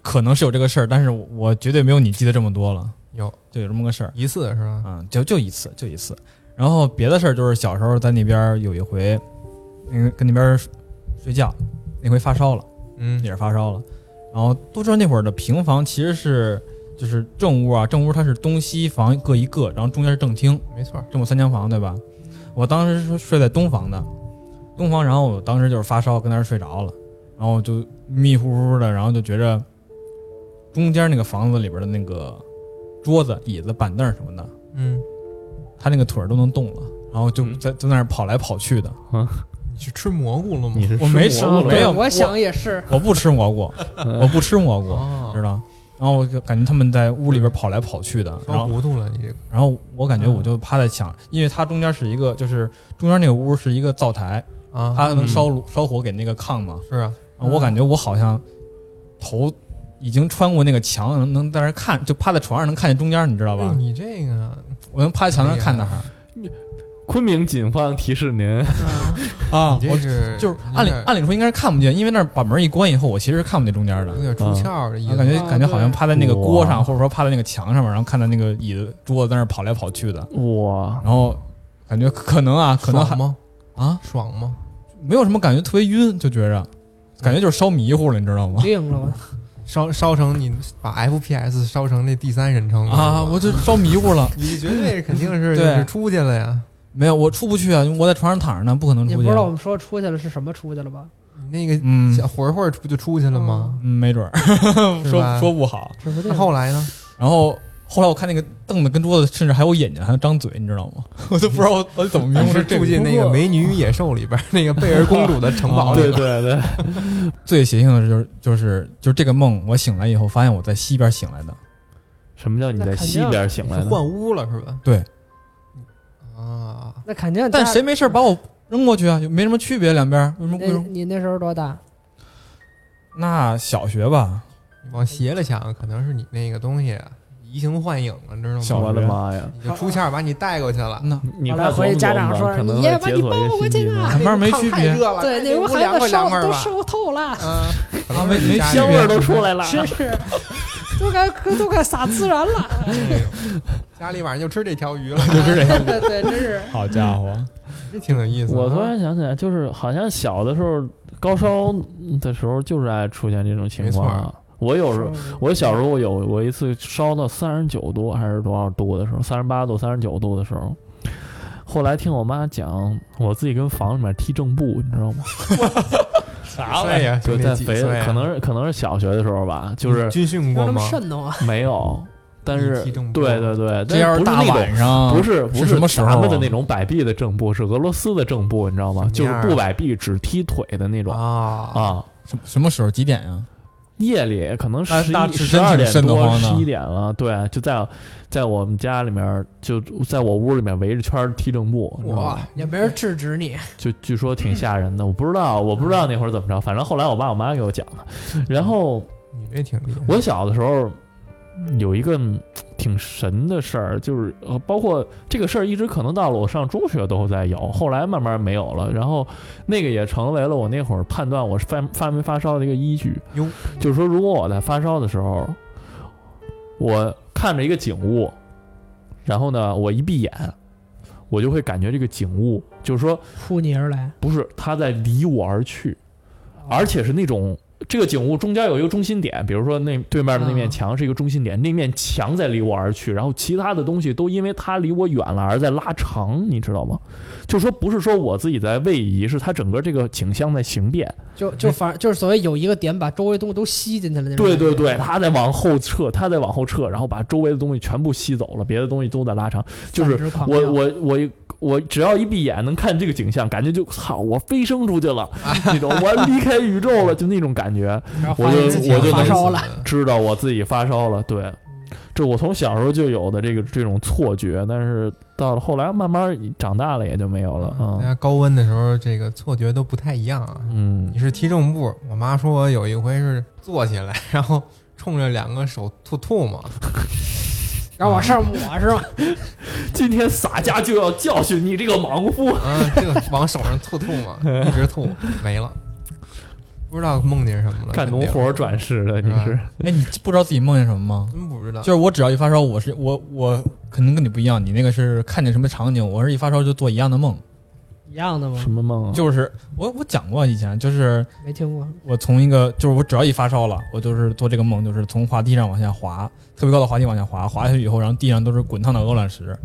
可能是有这个事儿，但是我我绝对没有你记得这么多了，有就有这么个事儿。一次是吧？啊，就就一次，就一次。然后别的事儿就是小时候在那边儿有一回，嗯，跟那边儿睡觉，那回发烧了，嗯也是发烧了。然后都知道那会儿的平房其实是就是正屋啊，正屋它是东西房各一个，然后中间是正厅，没错儿。正午三间房对吧？我当时是睡在东房的，东房，然后我当时就是发烧，跟那儿睡着了，然后就迷迷糊糊的，然后就觉着中间那个房子里边的那个桌子、椅子、板凳什么的，嗯，他那个腿儿都能动了，然后就嗯在在那儿跑来跑去的。你去吃蘑菇了吗？你是我没吃吃蘑菇了没有我想也是。我不吃蘑 菇，我不吃蘑菇，哦，知道？然后我就感觉他们在屋里边跑来跑去的，然烧后糊涂了，你这个然后我感觉嗯我就趴在墙，因为它中间是一个，就是中间那个屋是一个灶台，啊，它能烧炉烧火给那个炕嘛。是啊，然后我感觉我好像头已经穿过那个墙，能能在那儿看，就趴在床上能看见中间，你知道吧哎？你这个我能趴在墙上看哎那儿昆明警方提示您，啊你这我是就是按理有点按理说应该是看不见，因为那儿把门一关以后，我其实是看不见中间的有。点出窍的意我思，嗯感觉啊感觉好像趴在那个锅上，哇或者说趴在那个墙上面，然后看到那个椅子桌子在那儿跑来跑去的，哇，然后感觉可能啊，可能还爽吗？啊爽吗？没有什么感觉，特别晕，就觉着感觉就是烧迷糊了，你知道 吗？病了我，烧烧成你把 FPS 烧成那第三人称了啊，我就烧迷糊了，你绝对肯定 是就对是出去了呀。没有，我出不去啊，我在床上躺着呢，不可能你啊出不去啊知。道我们说出去了是什么出去了吧？你那个嗯小魂魂不就出去了吗？嗯，没准儿 是说吧说不好。嗯指不定那后来呢？然后后来我看那个凳子跟桌子，甚至还有眼睛，还有张嘴，你知道吗？ 我都不知道我我怎么迷糊哎是成这住个。进那个《美女与野兽》里边儿那个贝尔公主的城 堡里啊 对边儿，对对，最邪性的是就是就是就是这个梦，我醒来以后发现我在西边醒来的。什么叫你在西边醒来是的？换屋了是吧？对啊，那肯定家，但谁没事把我扔过去啊，就没什么区别，两边儿为什么为那什么？你那时候多大？那小学吧，你往斜了想，可能是你那个东西啊移形换影了，知道吗？小嗯我的学妈呀！你就出窍把你带过去了，那你后看来回去琢磨家长琢磨说可能你也会把解你锁一抱个回新去技吧哎两边没炕区太别，热了，对，那屋屋孩凉子快凉烧快都吧，烧透了，嗯，可能啊没是没家里香味儿都出来了。是是，都该都该撒孜然了。哎呦 家里晚上就吃这条 鱼了，就是这样。 对对，真是好家伙，这挺有意思的啊。 我突然想起来，就是好像小的时候高烧的时候，就是爱出现这种情况没啊。 我有时候，候我小时候有我一次烧到三十九度还是多少度的时候，三十八度、三十九度的时候，后来听我妈讲，我自己跟房里面踢正步，你知道吗？啥玩意哎儿？哎就兄弟在几肥岁，啊可能是可能是小学的时候吧，就是军训让过他吗们？瘆得慌。没有，但是你踢正步对对对，这但要是不大那种晚上，不是不是什么时候啊咱们的那种摆臂的正步，是俄罗斯的正步，你知道吗？什就么是样啊不摆臂只踢腿的那种啊啊。什什么时候几点啊呀？夜里可能那十那一、是十真挺二点瘆得多、慌的十一点了，对，啊就在在我们家里面，就在我屋里面围着圈儿踢正步，你知道吗哇，也没人制止你，就据说挺吓人的。我不知道，我不知道那会儿怎么着，反正后来我爸我妈给我讲的。然后你这挺厉害。我小的时候有一个嗯挺神的事儿，就是呃，包括这个事儿一直可能到了我上中学都在有，后来慢慢没有了。然后那个也成为了我那会儿判断我是发发没发烧的一个依据。哟，就是说，如果我在发烧的时候，我看着一个景物，然后呢，我一闭眼，我就会感觉这个景物，就是说， 扑你而来。不是它在离我而去，而且是那种这个景物中间有一个中心点，比如说那对面的那面啊墙是一个中心点，那面墙在离我而去，然后其他的东西都因为它离我远了而在拉长，你知道吗？就说不是说我自己在位移，是它整个这个景象在形变。就就反就是所谓有一个点把周围东西都吸进去了那种哎对感觉。对对，他在往后撤，他在往后撤，然后把周围的东西全部吸走了，别的东西都在拉长。就是散之狂我飙我我我只要一闭眼能看这个景象，感觉就操，我飞升出去了，那种我离开宇宙了，就那种 感觉，然后我发现就自己我就发能烧死 了，知道我自己发烧了。嗯对，这我从小时候就有的这个这种错觉，但是到了后来慢慢长大了也就没有了嗯大啊。家高温的时候，这个错觉都不太一样啊。嗯你，是踢正步，我妈说我有一回是坐起来，然后冲着两个手吐吐沫，然后往上抹是吧？ 今天洒家就要教训你这个莽嗯夫。啊，这个往手上吐吐 沫，一直吐没了，不知道梦见什么了。干农活儿转世的，你是哎，你不知道自己梦见什么吗？真不知道，就是我只要一发烧，我是我我可能跟你不一样，你那个是看见什么场景，我是一发烧就做一样的梦，一样的吗什？么梦啊？嗯就是我我讲过以前，就是没听过。我从一个就是我只要一发烧了，我就是做这个梦，就是从滑梯上往下滑，特别高的滑梯往下滑，滑下去以后，然后地上都是滚烫的鹅卵石，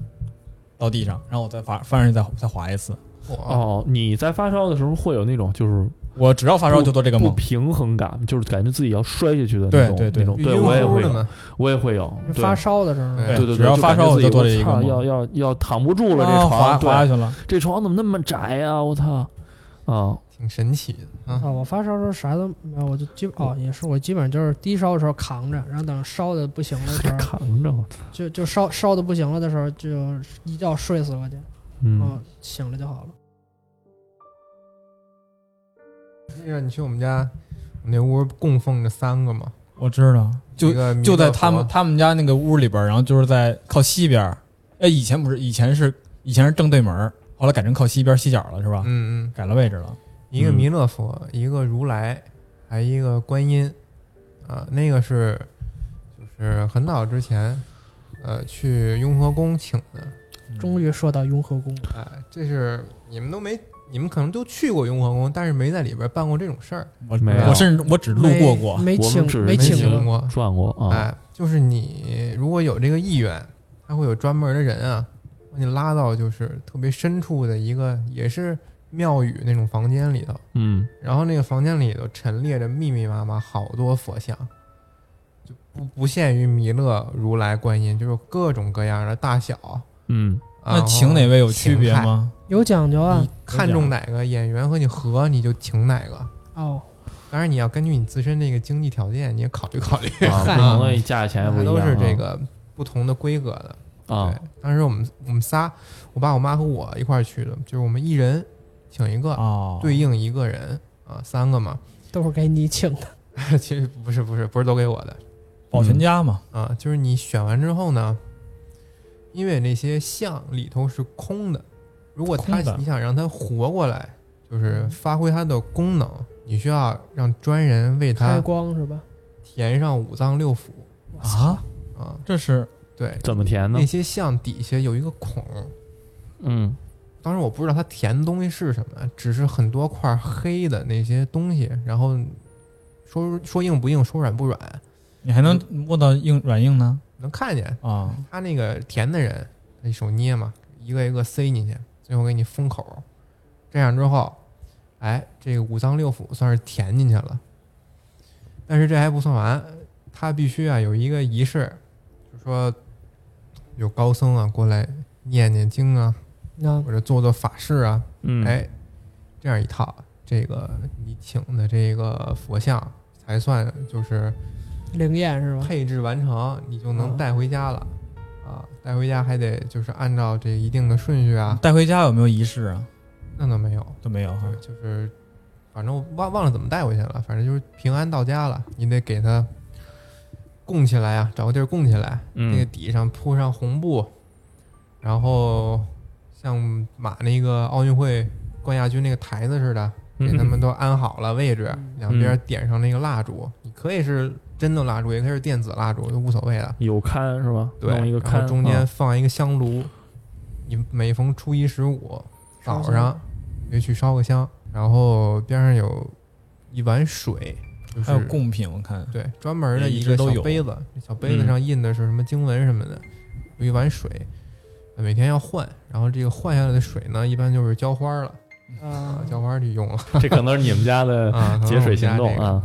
到地上，然后我再发翻上去再再滑一次，哦，哦，你在发烧的时候会有那种就是我只要发烧就做这个不梦，平衡感，就是感觉自己要摔下去的那对种，对对那种，晕对我也乎乎会的有，嘛，我也会有，对发烧的时候，对对对，只要就发感觉烧我自己就做这一个操梦要要要躺不住了，啊这滑床，滑下对，去了，这床怎么那么窄呀？我操！啊，挺神奇的啊啊，。我发烧的时候啥都没有，我就基哦嗯也是，我基本上就是低烧的时候扛着，然后等烧的不行 的时候，扛着，我操就就烧烧的不行了的时候，就一觉睡死过去，然后嗯，醒了就好了。那个你去我们家，我们那屋供奉着三个嘛，我知道，就一个弥勒就在佛他们他们家那个屋里边儿，然后就是在靠西边儿。哎，以前不是，以前是以前是正对门儿，后来改成靠西边儿西角了，是吧？嗯嗯，改了位置了。一嗯个弥勒佛，一个如来，还一个观音，啊，那个是就是很早之前，呃，去雍和宫请的，终于说到雍和宫了，哎、这是你们都没，你们可能都去过雍和宫，但是没在里边办过这种事儿，我没有我甚至我只路过过，没我请们只是没没请请过，过，转过哎、啊，就是你如果有这个意愿，他会有专门的人啊，把你拉到就是特别深处的一个也是庙宇那种房间里头。嗯，然后那个房间里头陈列着密密麻麻好多佛像，就不不限于弥勒、如来、观音，就是各种各样的大小。 啊嗯，那请哪位有区别然后形态？吗？有讲究啊你。看中哪个演员和你合，你就请哪个。嗯哦，当然，你要根据你自身这个经济条件，你也考虑考虑。啊，不嗨同的价钱也不它一样哎都啊，是这个不同的规格的。啊对，当时我们我们仨，我爸、我妈和我一块儿去的，就是我们一人请一个，哦，啊对应一个人啊，三个嘛。 都是给你请的。其实不是不是不是都给我的保全家嘛，啊，就是你选完之后呢，因为那些像里头是空的，如果它空的嗯你想让它活过来，就是发挥它的功能，你需要让专人为啊开它光是吧？填上五脏六腑我操啊，啊。这是对，怎么填呢那？些像底下有一个孔，嗯，当时我不知道它填的东西是什么，只是很多块黑的那些东西，然后说说硬不硬，说软不软，你还能摸到硬软硬呢能看见。啊，他那个填的人，他一手捏嘛，一个一个塞进去，最后给你封口。这样之后，哎，这个五脏六腑算是填进去了。但是这还不算完，他必须啊有一个仪式，就说有高僧啊过来念念经啊，那或者做做法事啊，嗯，哎，这样一套，这个你请的这个佛像才算就是灵验是吧？配置完成，你就能嗯带回家了。啊，带回家还得就是按照这一定的顺序啊，带回家有没有仪式啊？那倒没有，都没有哈对，就是反正我忘忘了怎么带回去了，反正就是平安到家了，你得给它供起来啊，找个地儿供起来，嗯那个底上铺上红布，然后像马那个奥运会冠亚军那个台子似的，给嗯他们都安好了位置，嗯两边点上那个蜡烛，你可以是真的蜡烛，也可以是电子蜡烛，都无所谓了。有龛是吧？对，弄一个然龛，后中间啊放一个香炉，你每逢初一十五烧早香上你就去烧个香，然后边上有一碗水，就是还有贡品，我看对专门的嗯一一直个都小有嗯杯子，那小杯子上印的是什么经文什么的，有一碗水。呃每天要换，然后这个换下来的水呢，一般就是浇花了啊啊，浇花去 用了这可能是你们家的啊，节水行动啊。啊。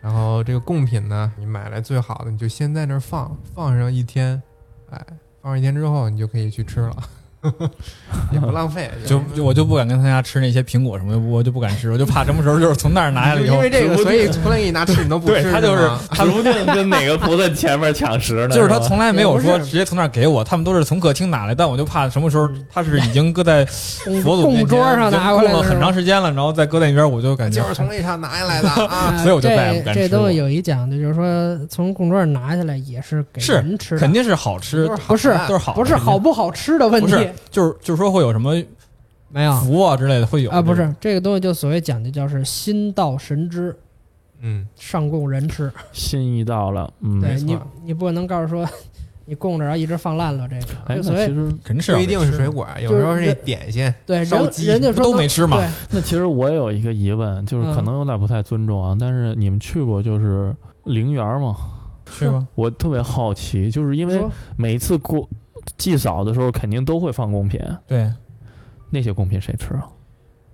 然后这个贡品呢，你买来最好的，你就先在那儿放，放上一天，哎，放上一天之后，你就可以去吃了， 也不浪费。 就就我就不敢跟他家吃那些苹果什么的，我就不敢吃，我就怕什么时候就是从那儿拿下来就以因后为，这个，所以从来给你拿吃，你都不吃。 对他就是吗指不定跟哪个菩萨前面抢食呢。就是吧他从来没有说也不是直接从那儿给我，他们都是从客厅拿来，但我就怕什么时候他是已经搁在供佛祖面前嗯供桌上拿过已经供来的了是很吧长时间了，然后再搁在那边，我就感觉就是从那上拿下来的 啊。啊所以我就再也不这敢这吃东了西有一讲究，就是说从供桌上拿下来也是给是人吃的，哎肯定是好吃，都是好不是看都是好的，不是好不好吃的问不题是，就是就是说会有什么没有福啊之类的会有啊，不是这个东西就所谓讲究叫是心到神知，嗯，上供人吃。心意到了，嗯，对没错你你不能告诉说你供着然后啊一直放烂了这个，哎，就所那其谓实肯定是啊不一定是水谁果，有时候就是是点心。对烧人鸡人家不说都能没吃嘛对，那其实我也有一个疑问，就是可嗯能有点不太尊重啊，但是你们去过就是陵园吗？是吗？我特别好奇，就是因为说每次过祭扫的时候，肯定都会放贡品，对，那些贡品谁吃啊？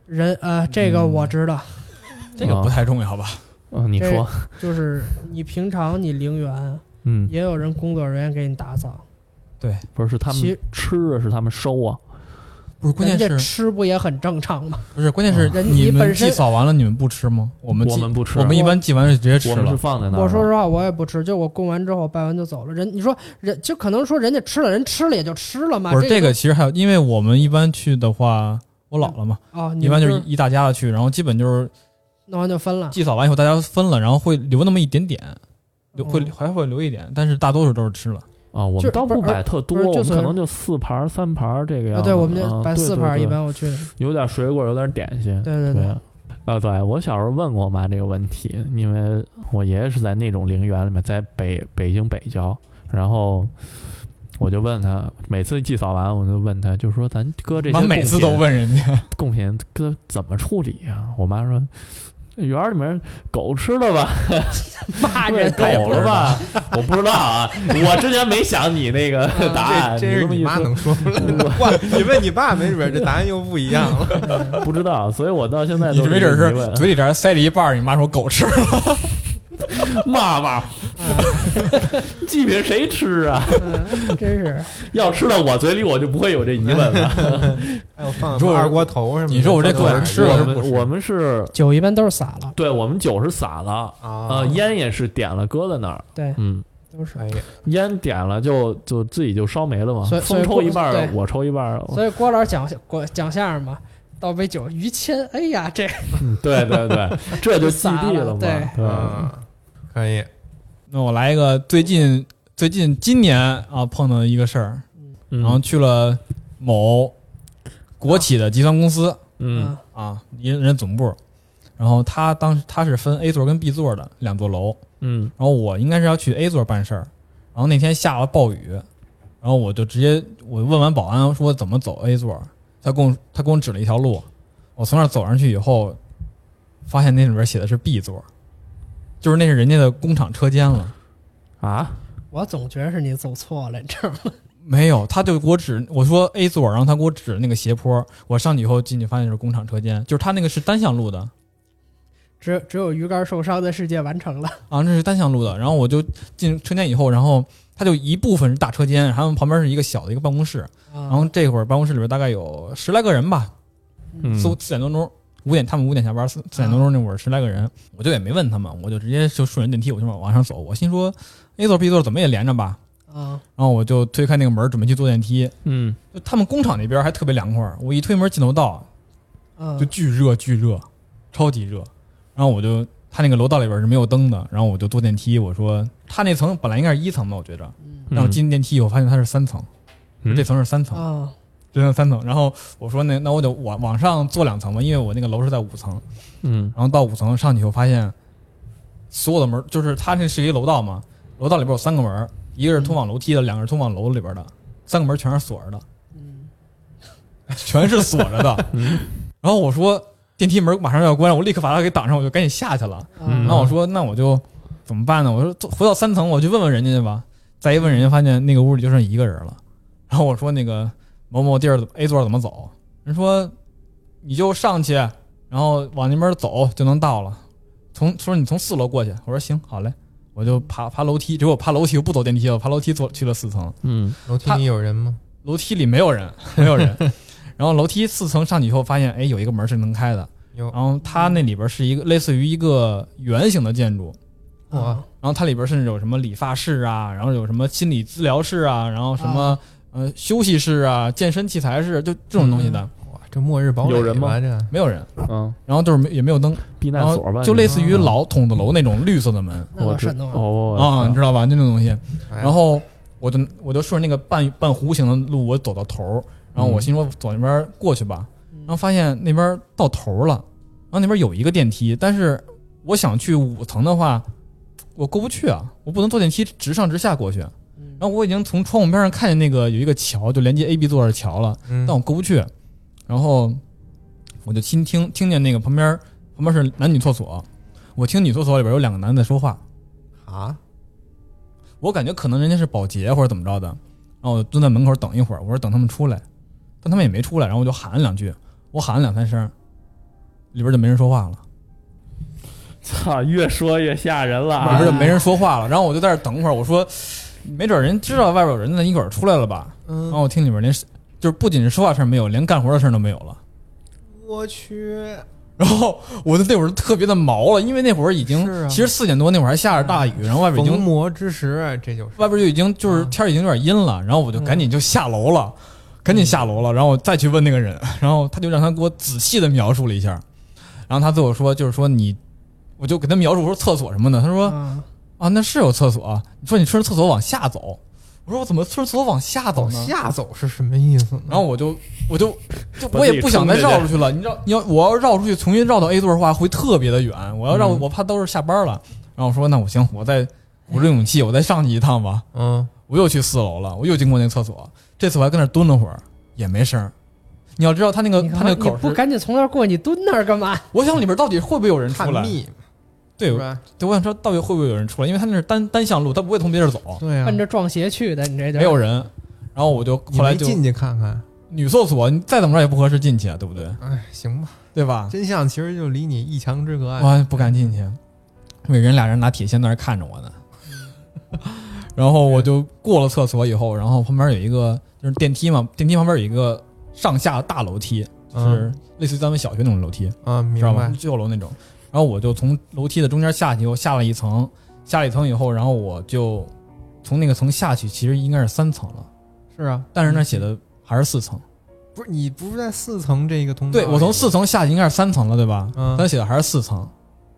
人呃这嗯个我知道，这个不太重要吧？嗯，你这说，就是你平常你陵园嗯，也有人工作人员给你打扫，不是是他其们实吃啊，是他们收啊，不是，关键人是家吃不也很正常吗？不是关键是人你你们本祭身扫完了你们不吃吗？我们我祭们不吃，啊我们一般祭完就直接吃我们是了，放在那儿的。我说实话，我也不吃，就我供完之后拜完就走了。人你说人就可能说人家吃了，人吃了也就吃了嘛。不是这啊个个其实还有，因为我们一般去的话，我姥姥嘛，哦，你一般们就是是一大家子去，然后基本就是弄完就分了。祭扫完以后大家分了，然后会留那么一点点，留会哦还会留一点，但是大多数都是吃了。啊，我就们倒不不是摆特多，不是就我们可算能就四盘儿三盘儿这个啊，样子。对，我们就啊摆四盘，对对一对般我去，有点水果，有点点心。对对对对，，啊，对我小时候问过我妈这个问题，因为我爷爷是在那种陵园里面，在北北京北郊，然后我就问他，每次祭扫完我就问他，就说咱搁这些妈每次都贡品问人家，贡品搁怎么处理呀、我妈说。园儿里面狗吃 了吧，骂喂人也狗不知了道吧？我不知道啊，我之前没想你那个答案，啊这这是这么你一妈说能说出来 的话，你问你爸，没准儿这答案又不一样了。不知道，所以我到现在你都没准疑问是嘴里边塞了一半儿，你妈说狗吃了， 妈妈， 祭品谁吃啊？嗯， 真是要吃到我嘴里，我就不会有这疑问 了。还有哎放你说我二锅头什么的？你说我这狗是吃放了哪我儿是们我们是酒一般都是洒了，对，我们酒是洒了，啊呃，，烟也是点了，搁在那儿。对，嗯，都是。哎呀，烟点了就就自己就烧没了嘛所以。所以风抽一半过儿，对我抽一半儿。所以郭老师讲郭讲相声嘛，倒杯酒，于谦，哎呀，这嗯对对对，这就祭撒地了嘛，对对，嗯，可以，那我来一个最近最近今年啊碰到的一个事儿，嗯然后去了某国企的集团公司嗯啊啊，人人总部，然后他当时他是分 A 座跟 B 座的两座楼，嗯然后我应该是要去 A 座办事儿，然后那天下了暴雨，然后我就直接我问完保安说怎么走 A 座，他给我他给我指了一条路，我从那儿走上去以后，发现那里边写的是 B 座，就是那是人家的工厂车间了。啊，我总觉得是你走错了，你知道吗？没有，他就给我指，我说 A 座，然后他给我指那个斜坡，我上去以后进去发现是工厂车间，就是他那个是单向路的只只有鱼竿受伤的世界完成了，啊，那是单向路的。然后我就进车间以后，然后他就一部分是大车间，然后旁边是一个小的一个办公室，然然后这会儿办公室里边大概有十来个人吧，嗯四五四点多钟，五点他们五点下班，四四点多钟那会儿十来个人，我就也没问他们，我就直接就顺着电梯我就往往上走，我心说 A 座 B 座怎么也连着吧，啊，然后我就推开那个门准备去坐电梯，嗯就他们工厂那边还特别凉快儿，我一推门进楼道嗯就巨热巨热，超级热，然后我就他那个楼道里边是没有灯的，然后我就坐电梯，我说他那层本来应该是一层的，我觉着，嗯但我进电梯以后发现他是三层，嗯这层是三层。啊，就剩三层。然后我说那那我就往往上坐两层吧，因为我那个楼是在五层。嗯然后到五层上去以后，发现所有的门就是它这是一个楼道嘛，楼道里边有三个门，一个是通往楼梯的，两个是通往楼里边的，三个门全是锁着的，嗯全是锁着的。然后我说电梯门马上要关了，我立刻把它给挡上，我就赶紧下去啊了。嗯然后我说那我就怎么办呢？我说坐回到三层，我去问问人家去吧。再一问人家，发现那个屋里就剩一个人了。然后我说那个某某地儿 A 座怎么走？人说你就上去，然后往那边走就能到了。从说你从四楼过去，我说行，好嘞，我就爬爬楼梯。结果我爬楼梯我不走电梯了，我爬楼梯坐去了四层。嗯楼梯他里有人吗？楼梯里没有人，没有人。然后楼梯四层上去以后，发现哎有一个门是能开的，有，然后它那里边是一个类似于一个圆形的建筑，我啊然后它里边甚至有什么理发室啊，然后有什么心理治疗室啊，然后什么、呃休息室啊、健身器材室，就这种东西的，哇，这末日堡垒有人吗吧这没有人，嗯，然后就是没也没有灯，避然难所后吧，就类似于嗯老筒子楼那种绿色的门那我我知山东人哦啊，你知道吧？就那种东西。哎然后我就我就顺着那个半半弧形的路，我走到头儿，然后我嗯心说走那边过去吧，嗯然后发现那边到头儿了，然后那边有一个电梯，但是我想去五层的话，我过不去啊，我不能坐电梯直上直下过去。嗯然后我已经从窗户边上看见那个有一个桥，就连接 A、B 座的桥了，嗯但我过不去。然后我就听听听见那个旁边旁边是男女厕所，我听女厕所里边有两个男的在说话，啊，我感觉可能人家是保洁或者怎么着的，然后我就蹲在门口等一会儿，我说等他们出来，但他们也没出来，然后我就喊了两句，我喊了两三声，里边就没人说话了，操，越说越吓人了里啊边就没人说话了，然后我就在这儿等会儿，我说没准人知道外边有人呢，一会儿出来了吧，然后嗯，我听里边连就是不仅是说话声没有，连干活的声都没有了。我去，然后我就那会儿特别的毛了，因为那会儿已经，是啊其实四点多那会儿还下着大雨，然后外边已逢经魔之时，啊这就是外边就已经就是嗯天儿已经有点阴了，然后我就赶紧就下楼了，赶紧下楼了，然后我再去问那个人，然后他就让他给我仔细的描述了一下，然后他对我说就是说你，我就给他描述我说厕所什么的，他说啊啊那是有厕所，你说你顺着厕所往下走，我说我怎么顺着厕所往下走往呢？下走是什么意思呢？然后我就我就就把我自也己不想冲再进去绕出去了，你知道，你要我要绕出去，重新绕到 A 座的话会特别的远，我要绕、嗯我怕都是下班了。然后我说那我行，我再鼓着勇气，我再上去一趟吧。嗯，我又去四楼了，我又经过那厕所，这次我还跟那儿蹲了会儿，也没声儿。你要知道他那个你他干嘛那个你口不是，赶紧从那儿过，你蹲那儿干嘛？我想里边到底会不会有人出探来？秘对是吧？对，我想知道到底会不会有人出来，因为他那是单单向路，他不会从别地儿走，对啊，奔着撞邪去的，你这就没有人。然后我就你后来没就进去看看，女厕所，你再怎么着也不合适进去啊，对不对？哎，行吧，对吧？真相其实就离你一墙之隔啊。我不敢进去，那人俩人拿铁锨在那儿看着我呢。 然后我就过了厕所以后，然后旁边有一个就是电梯嘛，电梯旁边有一个上下大楼梯，就是类似于咱们小学那种楼梯，啊，嗯知明道吧白？，旧楼那种。然后我就从楼梯的中间下去，又下了一层，下了一层以后，然后我就从那个层下去，其实应该是三层了，是啊，但是那写的还是四层，不是你不是在四层这个通道？对我从四，层下去应该是三层了，对吧？嗯他写的还是四层。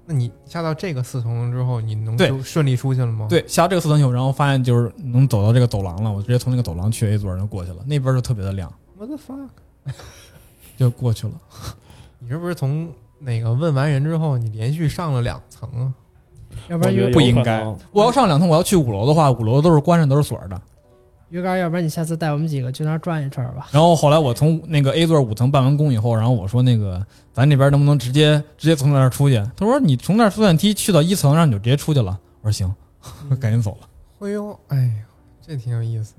那你下到这个四层之后，你能对就顺利出去了吗？，对，下这个四层以后，然后发现就是能走到这个走廊了，我直接从那个走廊去 A 座就过去了，那边就特别的亮，我的 fuck，就过去了。你是不是从那个问完人之后，你连续上了两层啊？要不然约不应该我要上两层，我要去五楼的话，五楼都是关上，都是锁着的。约杆，要不然你下次带我们几个去那儿转一圈吧。然后后来我从那个 A 座五层办完工以后，然后我说那个咱这边能不能直接直接从那儿出去？他说你从那儿坐电梯去到一层，然后你就直接出去了。我说行， 赶紧走了。哎呦，哎呦，这挺有意思的。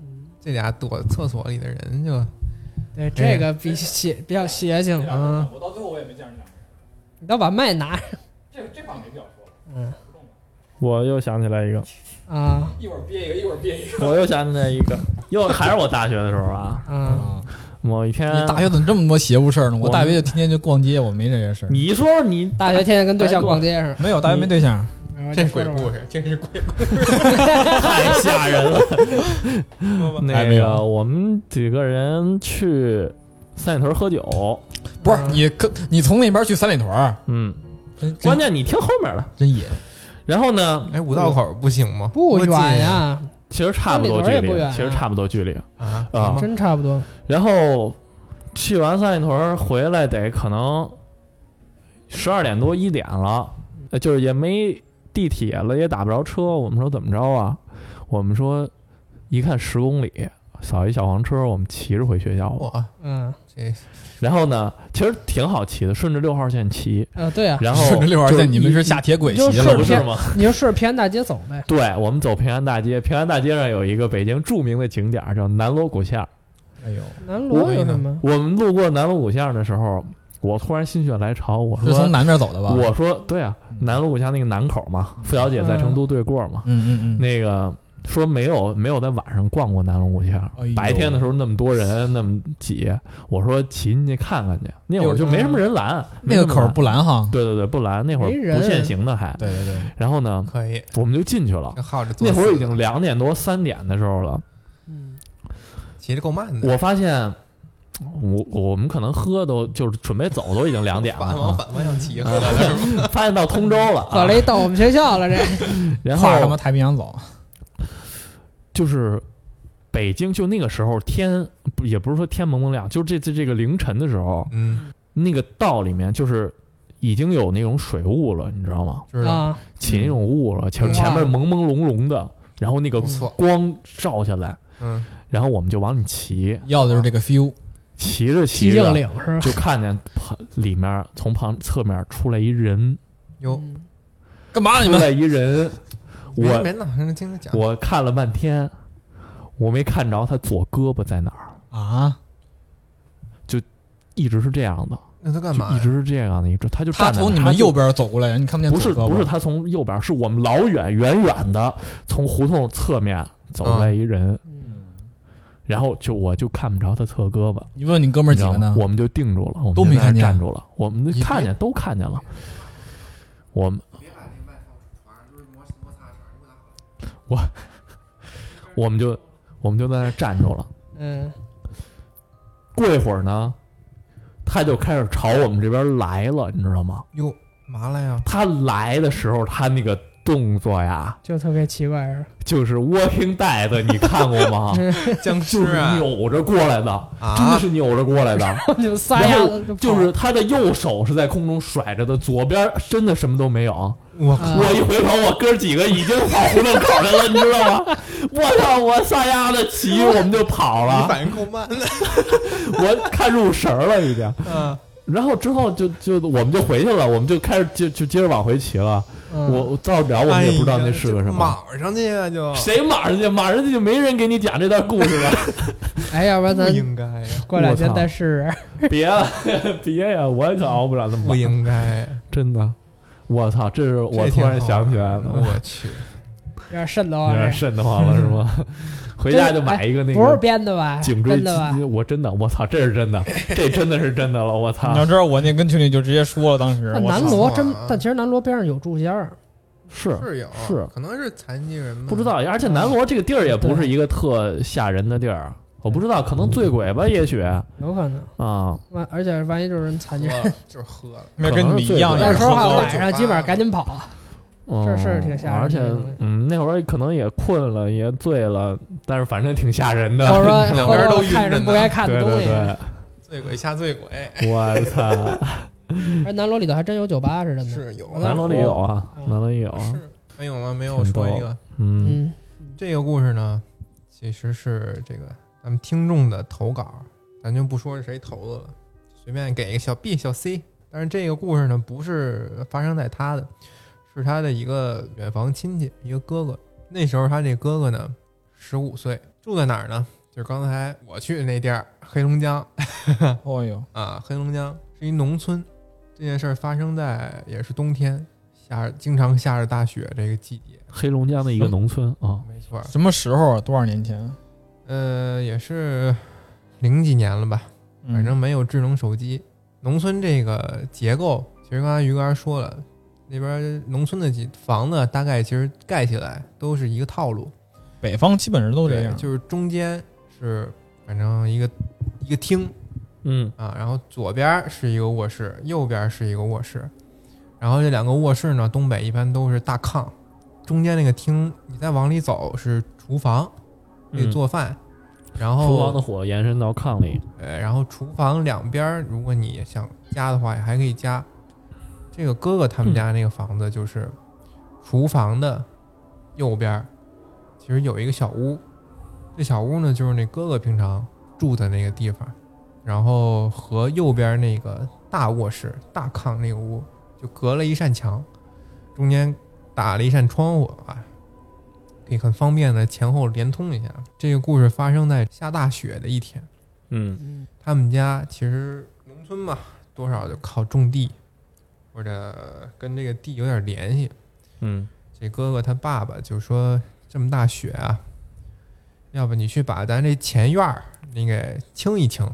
嗯，这俩躲厕所里的人就哎对，这个比邪比较邪性啊。啊，我到最后我也没见着你俩，你倒把麦拿上。这这话没必要说。嗯我又想起来一个，啊一会儿憋一个，一会儿憋一个。 我又想起来一个，又还是我大学的时候啊，啊，某一天 你，大学怎么这么多邪乎事儿呢？我我大学就天天就逛街，我没这些事儿。你一说你大学天天跟对象逛街上，没有，大学没对象。这鬼故事，这是 鬼故事。太吓 人了。那没个有我们几个人去三里屯喝酒，不是你可你从那边去三里屯儿，嗯，真真关键你听后面的。真野。然后呢，哎，五道口不行吗？不远呀、其实差不多距三里屯也不离远，啊其实差不多距离。啊啊行吧真差不多。然后去完三里屯儿回来得可能十二点多一点了，呃就是也没地铁了，也打不着车。我们说怎么着啊？我们说一看十公里，扫一小黄车，我们骑着回学校吧。哇，嗯，这然后呢，其实挺好骑的，顺着六号线骑。呃，对啊，然后顺着六号就是线，你们是下铁轨骑了就可顺不着吗？是吗？你就顺着平安大街走呗。对，我们走平安大街，平安大街上有一个北京著名的景点儿叫南锣鼓巷。哎呦，南锣有什么？我们路过南锣鼓巷的时候，我突然心血来潮，我是从说，南边走的吧？嗯我说，对啊，南锣鼓巷那个南口嘛，付小姐在成都对过嘛，嗯嗯嗯，那个说没有没有在晚上逛过南锣鼓巷哎呦，白天的时候那么多人那么挤，我说骑进去看看去，那会儿就没什么人拦，嗯那个没什么口儿拦不拦哈。对对对不拦，那会儿没人不限行的还，对对对，然后呢，可以，我们就进去了嗯这。耗着坐那死会儿已经两点多三点的时候了，嗯，骑着够慢嗯的。我发现我我们可能喝都就是准备走都已经两点了反往啊，反方向骑回来了是吧？发现到通州了、走啊，了一到我们学校了，这然跨什么后太平洋走？就是北京，就那个时候天不也不是说天蒙蒙亮，就这这这个凌晨的时候，嗯，那个道里面就是已经有那种水雾了，你知道吗？知道。啊，起那种雾了，前嗯前面朦朦胧胧的，然后那个不错光照下来，嗯，然后我们就往里骑，要的就是这个 feel。骑着骑寂静着。岭是吧？就看见旁里面从旁侧面出来一人，哦有嗯干嘛你出们？来一人，没我没呢，听他讲。我看了半天，我没看着他左胳膊在哪儿，啊，一直是这样的，那他干嘛就呀？一直是这样的，一直他就他站在那儿从你他们就右边走过来，你看不见不是左胳膊不是他从右边，是我们老远远远的从胡同侧面走过来一人，嗯然后就我就看不着他侧胳膊，你问你哥们儿你几知道个吗呢？？我们就定住了，我们都就没在那看见站住了，我们你就看见都看见了，我们我们就我们就在那站住了。嗯，过一会儿呢，他就开始朝我们这边来了，你知道吗？哟，麻了 呀！他来的时候，他那个动作呀，就特别奇怪是吧？就是 walking dead，你看过吗？僵就尸是啊扭着过来的，真的啊！是扭着过 来的。 就撒丫子跑就是他的右手是在空中甩着的，左边真的什么都没有。我啊我一回头，我哥几个已经跑胡同口去了，你知道 吗？我操！我撒丫子骑，我们就跑你了。反应够慢的。我看入神儿了，已经。嗯，然后之后就就我们就回去了，我们就开始就就接着往回骑了。嗯我我到哎了，我们也不知道那是个什么。卯哎上去啊，就谁马上去？马上去就没人给你讲这段故事 了。哎，要不然不咱应该呀，过两天嗯我操再试试。别啊了， 别呀！我可熬不了那么不晚，应该。真的。我操！这是我这突挺好嗯然想起来了，我去，有点瘆得有慌，点这瘆得 慌了，是吗？回家就买一个那不是个编的吧？颈椎真的吧肌，？我真的，我操，这是真的，这真的是真的了，我你操要！知道我那跟群里就直接说了，当时那我南操锣操真啊，但其实南锣边上有住家儿，是是有是可能是残疾人吧不知。道，而且南锣这个地儿也不是一个特吓人的地儿，我不知道，可能醉鬼吧，也许啊、有可能。万而且万一就是人残疾 人，就是喝了，那跟你们一样，可能要也是是说话喝了多啊晚上今晚啊上赶紧跑。啊嗯这事儿挺吓人的而且这东西，嗯，那会儿可能也困了，也醉了，但是反正挺吓人的。或者说 两或边者都说晕着看什呢么不该看的对东西啊醉对。对，鬼下醉鬼，我操！而南锣里头还真有酒吧是真的。是有啊南锣里有啊，嗯南锣里有啊，是还有吗？没有，我说一个，嗯嗯，这个故事呢，其实是这个咱们听众的投稿，咱就不说是谁投的了，随便给一个小 B、小 C。但是这个故事呢，不是发生在他的，是他的一个远房亲戚，一个哥哥。那时候他这哥哥呢，十五岁，住在哪儿呢？就是刚才我去的那地儿，黑龙江。哦呦，啊，黑龙江是一农村，这件事儿发生在也是冬天，下着经常下着大雪这个季节，黑龙江的一个农村啊，没错儿，什么时候啊？多少年前？呃，也是零几年了吧，嗯反正没有智能手机。农村这个结构，其实刚才于哥说了，那边儿农村的几房子大概其实盖起来都是一个套路，北方基本上都这对，样，就是中间是反正一个一个厅，嗯啊，然后左边儿是一个卧室，右边儿是一个卧室，然后这两个卧室呢，东北一般都是大炕，中间那个厅，你再往里走是厨房，可以嗯做饭，然厨房的后火延伸到炕里，呃，然后厨房两边儿，如果你想加的话，也还可以加。这个哥哥他们家那个房子就是厨房的右边儿，其实有一个小屋，这小屋呢就是那哥哥平常住的那个地方，然后和右边那个大卧室、大炕那个屋就隔了一扇墙，中间打了一扇窗户啊，可以很方便的前后连通一下。这个故事发生在下大雪的一天，嗯他们家其实农村嘛，多少就靠种地或者跟这个地有点联系。嗯这哥哥他爸爸就说：“这么大雪啊，要不你去把咱这前院儿你给清一清，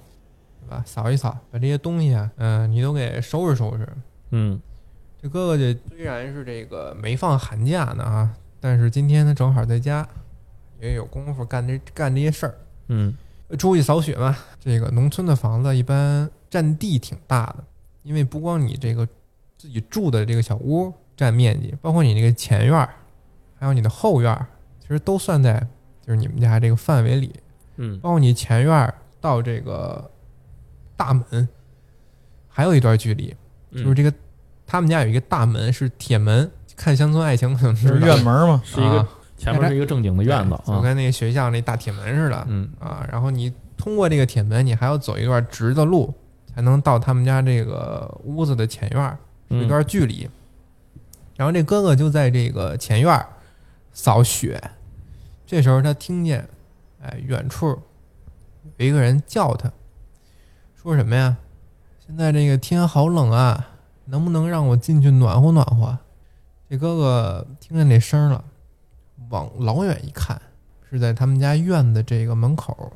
对吧？扫一扫，把这些东西啊，嗯、你都给收拾收拾。嗯”这哥哥这虽然是这个没放寒假呢啊，但是今天他正好在家，也有功夫干这干这些事儿。嗯出去扫雪嘛。这个农村的房子一般占地挺大的，因为不光你这个自己住的这个小屋占面积，包括你那个前院儿，还有你的后院儿，其实都算在就是你们家这个范围里。嗯包括你前院儿到这个大门，还有一段距离，嗯，就是这个他们家有一个大门是铁门，看乡村爱情可能就知是道院门嘛。是一个啊前面是一个正经的院子对就啊，跟那个学校那大铁门似的。嗯啊，然后你通过这个铁门，你还要走一段直的路，才能到他们家这个屋子的前院儿，有一嗯段距离。然后这哥哥就在这个前院儿扫雪，这时候他听见，哎，远处有一个人叫他，说什么呀？现在这个天好冷啊，能不能让我进去暖和暖和？这哥哥听见这声儿了，往老远一看，是在他们家院子这个门口，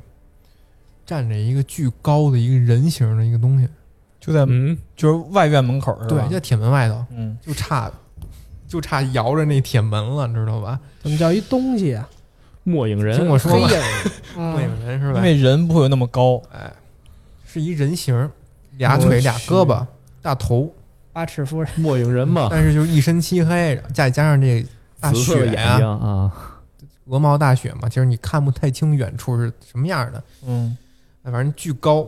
站着一个巨高的一个人形的一个东西，就在嗯就是外院门口是对吧，？在铁门外头，嗯，就差就差摇着那铁门了，你知道吧？怎么叫一东西啊？末影人听我说黑吧，影啊对，人是因吧？为人不会有那么高，哎，是一人形，俩腿俩胳膊大头，八尺夫人。末影人嘛，但是就一身漆黑，再加上这大紫色雪的眼呀、睛啊，鹅毛大雪嘛，其实你看不太清远处是什么样的，嗯，哎反正巨高，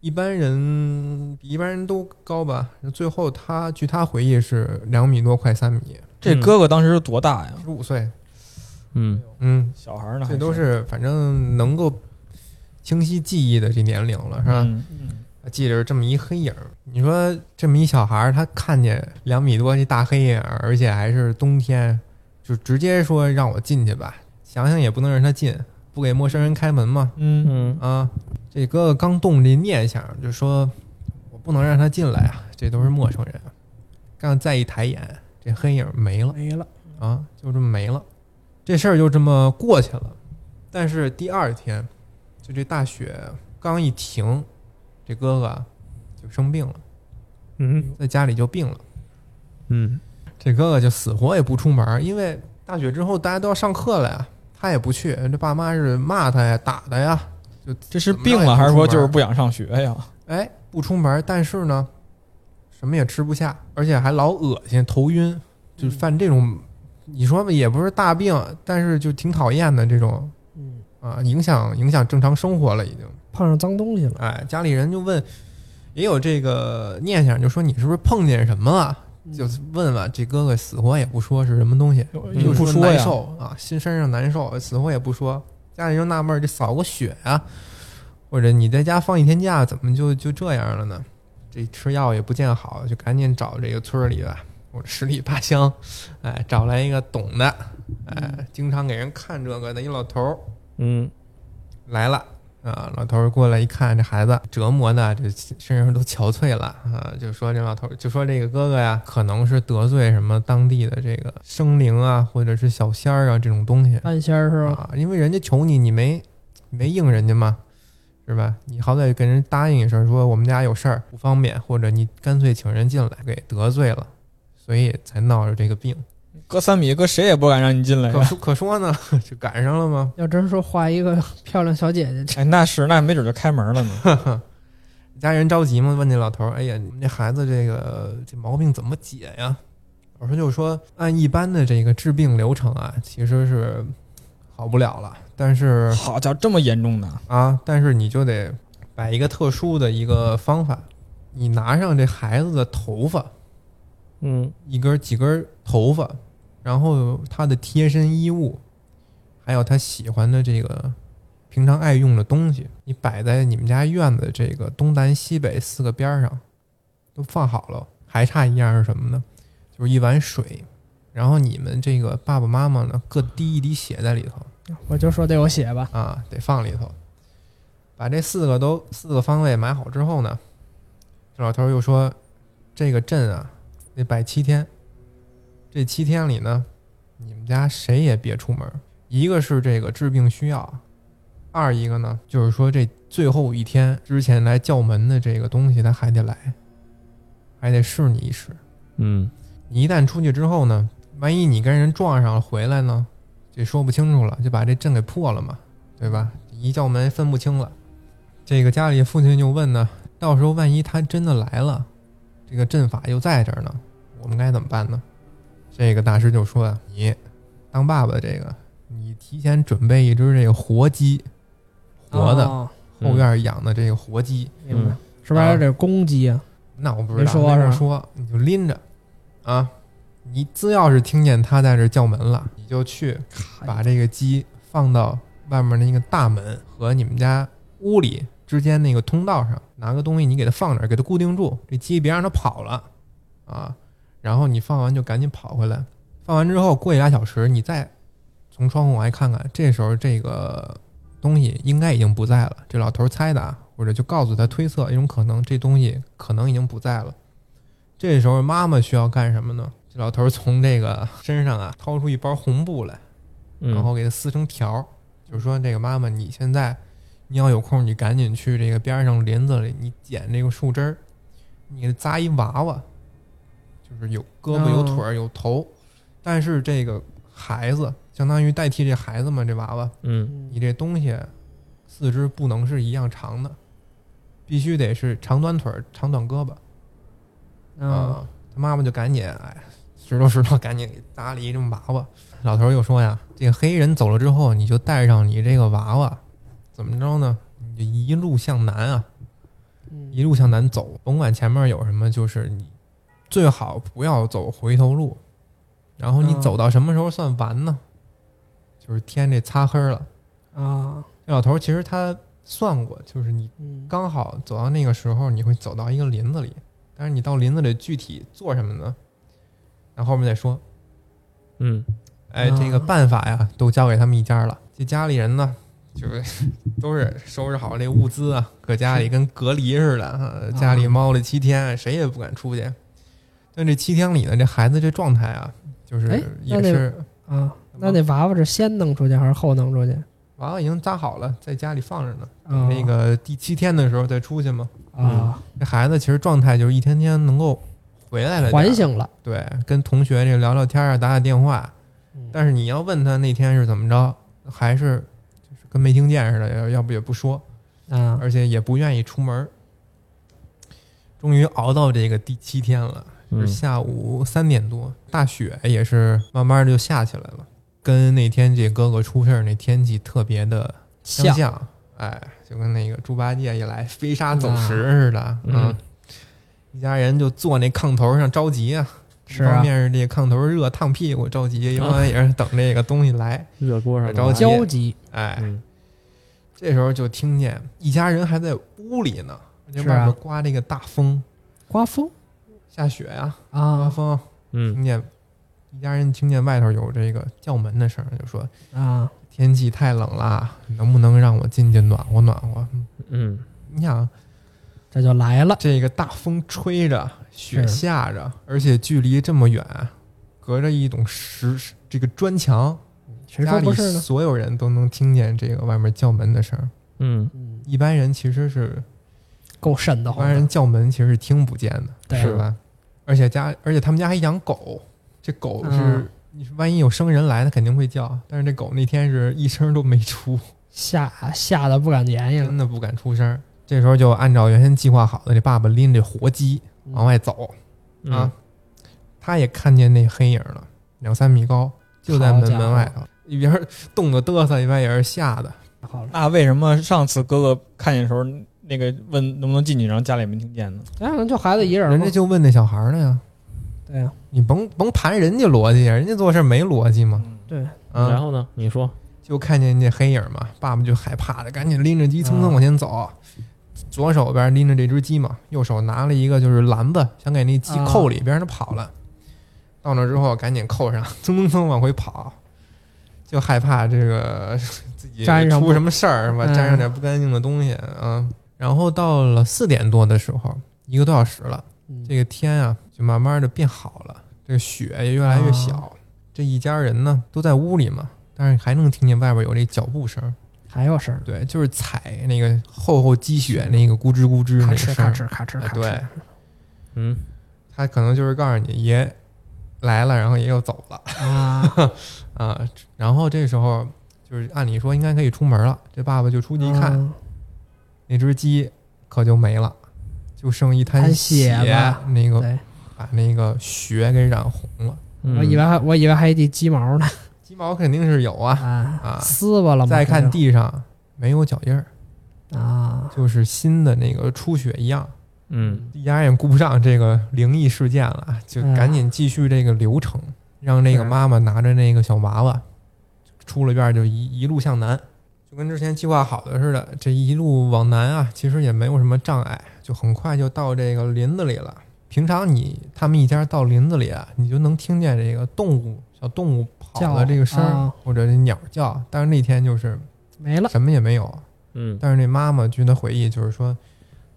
一般人比一般人都高吧。最后他据他回忆是两米多，快三米，这哥哥当时多大呀？十五岁，嗯嗯，小孩呢？这都是反正能够清晰记忆的这年龄了，是吧？嗯，记着这么一黑影儿，你说这么一小孩儿，他看见两米多一大黑影儿，而且还是冬天，就直接说让我进去吧。想想也不能让他进，不给陌生人开门嘛。嗯嗯啊，这哥哥刚动这念想，就说我不能让他进来啊，这都是陌生人。刚再一抬眼，这黑影儿没了。没了，啊，就这么没了。这事儿就这么过去了。但是第二天，就这大雪刚一停，这哥哥啊就生病了，嗯在家里就病了。嗯这哥哥就死活也不出门儿，因为大雪之后大家都要上课了呀，他也不去，这爸妈是骂他呀、打他呀，就就这是病了还是说就是不想上学呀？哎不出门，但是呢什么也吃不下，而且还老恶心、头晕，就犯这种，你说吧也不是大病，但是就挺讨厌的这种嗯，啊，影响影响正常生活了已经。碰上脏东西了，哎，家里人就问，也有这个念想，就说你是不是碰见什么了？嗯就是问问这哥哥死活也不说是什么东西，又又嗯又不说说难呀，受啊，心身上难受，死活也不说。家里就纳闷儿，这扫个雪啊，或者你在家放一天假，怎么就就这样了呢？这吃药也不见好，就赶紧找这个村儿里吧，我十里八乡，哎，找来一个懂的，哎，经常给人看这个的一老头儿，嗯，来了啊！老头儿过来一看，这孩子折磨的，这身上都憔悴了啊！就说这老头儿，就说这个哥哥呀，可能是得罪什么当地的这个生灵啊，或者是小仙儿啊这种东西半仙儿是吧？啊，因为人家求你，你没没应人家嘛，是吧？你好歹跟人答应一声，说我们家有事儿不方便，或者你干脆请人进来，给得罪了，所以才闹着这个病。隔三米，搁谁也不敢让你进来可呀。说可说呢， 这赶上了吗？要真说画一个 漂亮小姐姐， 这哎，那是，那没准就开门了呢。家人着急嘛，问这老头儿：“哎呀，你们这孩子这个这毛病怎么解呀？”老师就说：“按一般的这个治病流程啊，其实是好不了了，但是 好家伙，这么严重的，啊，但是你就得摆一个特殊的一个方法，你拿上这孩子的头发，嗯一根儿几根儿头发，然后他的贴身衣物，还有他喜欢的这个平常爱用的东西，你摆在你们家院子这个东南西北四个边儿上，都放好了。还差一样是什么呢？就是一碗水，然后你们这个爸爸妈妈呢，各滴一滴血在里头我就说得有血吧，啊，得放里头。把这四个都四个方位买好之后呢，这老头儿又说，这个阵啊得摆七天，这七天里呢，你们家谁也别出门儿。一个是这个治病需要，二一个呢就是说这最后一天之前来叫门的这个东西，他还得来，还得试你一试。嗯你一旦出去之后呢，万一你跟人撞上了回来呢，这说不清楚了，就把这阵给破了嘛，对吧？一叫门分不清了。这个家里父亲就问呢，到时候万一他真的来了，这个阵法又在这儿呢，我们该怎么办呢？这个大师就说啊，你当爸爸的这个，你提前准备一只这个活鸡，活的、哦后院养的这个活鸡，明白嗯？是不是还有点公鸡啊？那我不知道，没说没法是吧说，你就拎着啊。你只要是听见他在这叫门了，你就去把这个鸡放到外面的那个大门和你们家屋里之间那个通道上，拿个东西你给它放那儿，给它固定住，这鸡别让它跑了啊。然后你放完就赶紧跑回来，放完之后过一俩小时，你再从窗户往外看看，这时候这个东西应该已经不在了。这老头儿猜的啊，或者就告诉他推测一种可能，这东西可能已经不在了。这时候妈妈需要干什么呢？这老头儿从这个身上啊掏出一包红布来，嗯，然后给它撕成条儿，就是说这个妈妈，你现在你要有空，你赶紧去这个边儿上林子里，你捡这个树枝儿，你给它扎一娃娃，就是有胳膊有腿儿有头，但是这个孩子相当于代替这孩子嘛，这娃娃，嗯嗯你这东西四肢不能是一样长的，必须得是长短腿儿、长短胳膊啊，啊。他妈妈就赶紧哎，石头石头赶紧给搭了一这么娃娃。老头儿又说呀，这个黑人走了之后，你就带上你这个娃娃，怎么着呢？你就一路向南啊，嗯一路向南走，甭管前面有什么，就是你最好不要走回头路。然后你嗯走到什么时候算完呢？就是天这擦黑儿了。啊，这老头儿其实他算过，就是你嗯，刚好走到那个时候，你会走到一个林子里，但是你到林子里具体做什么呢？那后面再说。嗯哎，啊这个办法呀，都交给他们一家了。这家里人呢，就是 都是收拾好这物资啊，搁家里跟隔离似的，啊家里猫了七天，谁也不敢出去。但这七天里呢，这孩子这状态啊，就是哎也那得是啊，那那娃娃是先弄出去还是后弄出去？娃娃已经扎好了，在家里放着呢。啊，那个第七天的时候再出去嘛。啊，这孩子其实状态就是一天天能够回来了点儿，缓醒了，对，跟同学这聊聊天啊，打打电话。但是你要问他那天是怎么着，还是就是跟没听见似的，要要不也不说。啊，而且也不愿意出门儿。终于熬到这个第七天了，嗯是下午三点多，大雪也是慢慢地就下起来了，跟那天这哥哥出事儿那天气特别的相像像，哎，就跟那个猪八戒一来飞沙走啊石似的，嗯嗯，一家人就坐那炕头上着急啊，是一方啊，面是这炕头热烫屁股着急，一方面也是等这个东西来，热锅上着了急焦急，哎，嗯这时候就听见一家人还在屋里呢，而且是啊外面刮这个大风，刮风下雪呀、刮啊风，嗯听见一家人听见外头有这个叫门的声儿，就说啊，天气太冷啦，能不能让我进去暖和暖和？嗯，你想这就来了，这个大风吹着，雪是下着，而且距离这么远，隔着一种石这个砖墙，谁家说里不是呢？所有人都能听见这个外面叫门的声儿。嗯嗯，一般人其实是够瘆得一慌般的，人叫门其实是听不见的，对是吧？而且家，而且他们家还养狗，这狗是、嗯你说万一有生人来，它肯定会叫。但是这狗那天是一声都没出， 吓吓得不敢言语了真的不敢出声儿。这时候就按照原先计划好的，这爸爸拎着活鸡往外走、嗯啊，，他也看见那黑影了，两三米高，就在嗯好门家伙门外头，一边儿冻得嘚瑟，一边也是吓的。好了，那为什么上次哥哥看见的时候，那个问能不能进去，然后家里没听见呢？哎，可能就孩子一人人嘛家，就问那小孩儿了呀，对啊呀，你甭甭盘人家逻辑，人家做事没逻辑嘛。嗯对，啊、嗯然后呢？你说，就看见那黑影嘛，爸爸就害怕的，赶紧拎着啊鸡匆匆往前走，左手边拎着这只鸡嘛，右手拿了一个就是篮子，想给那鸡扣里，别让它跑了。到那之后赶紧扣上， 蹭蹭蹭往回跑，就害怕这个 自己沾上出什么事儿是吧？嗯沾上点不干净的东西啊。然后到了四点多的时候，一个多小时了，嗯这个天啊就慢慢的变好了，这个雪也越来越小。啊这一家人呢都在屋里嘛，但是还能听见外边有这脚步声。还有声儿，对，就是踩那个厚厚积雪那个咕吱咕吱那咔个哧声咔儿。哧咔哧哎咔对哧，嗯他可能就是告诉你爷来了，然后爷又走了啊，啊。然后这时候就是按理说应该可以出门了，这爸爸就出去一看，嗯那只鸡可就没了，就剩一滩滩血吧那个对，把那个血给染红了。嗯，我以为还我以为还一地鸡毛呢，鸡毛肯定是有啊，啊啊撕巴了嘛，再看这地上没有脚印儿，就啊，就是新的那个出血一样。嗯一家也顾不上这个灵异事件哎了，啊就赶紧继续这个流程，让那个妈妈拿着那个小娃娃出了院儿就一一路向南，就跟之前计划好的似的，这一路往南啊，其实也没有什么障碍，就很快就到这个林子里了。平常你他们一家到林子里啊，你就能听见这个动物小动物跑的这个声儿，叫啊或者这鸟叫，但是那天就是没了，什么也没有，啊嗯但是那妈妈据她回忆，就是说，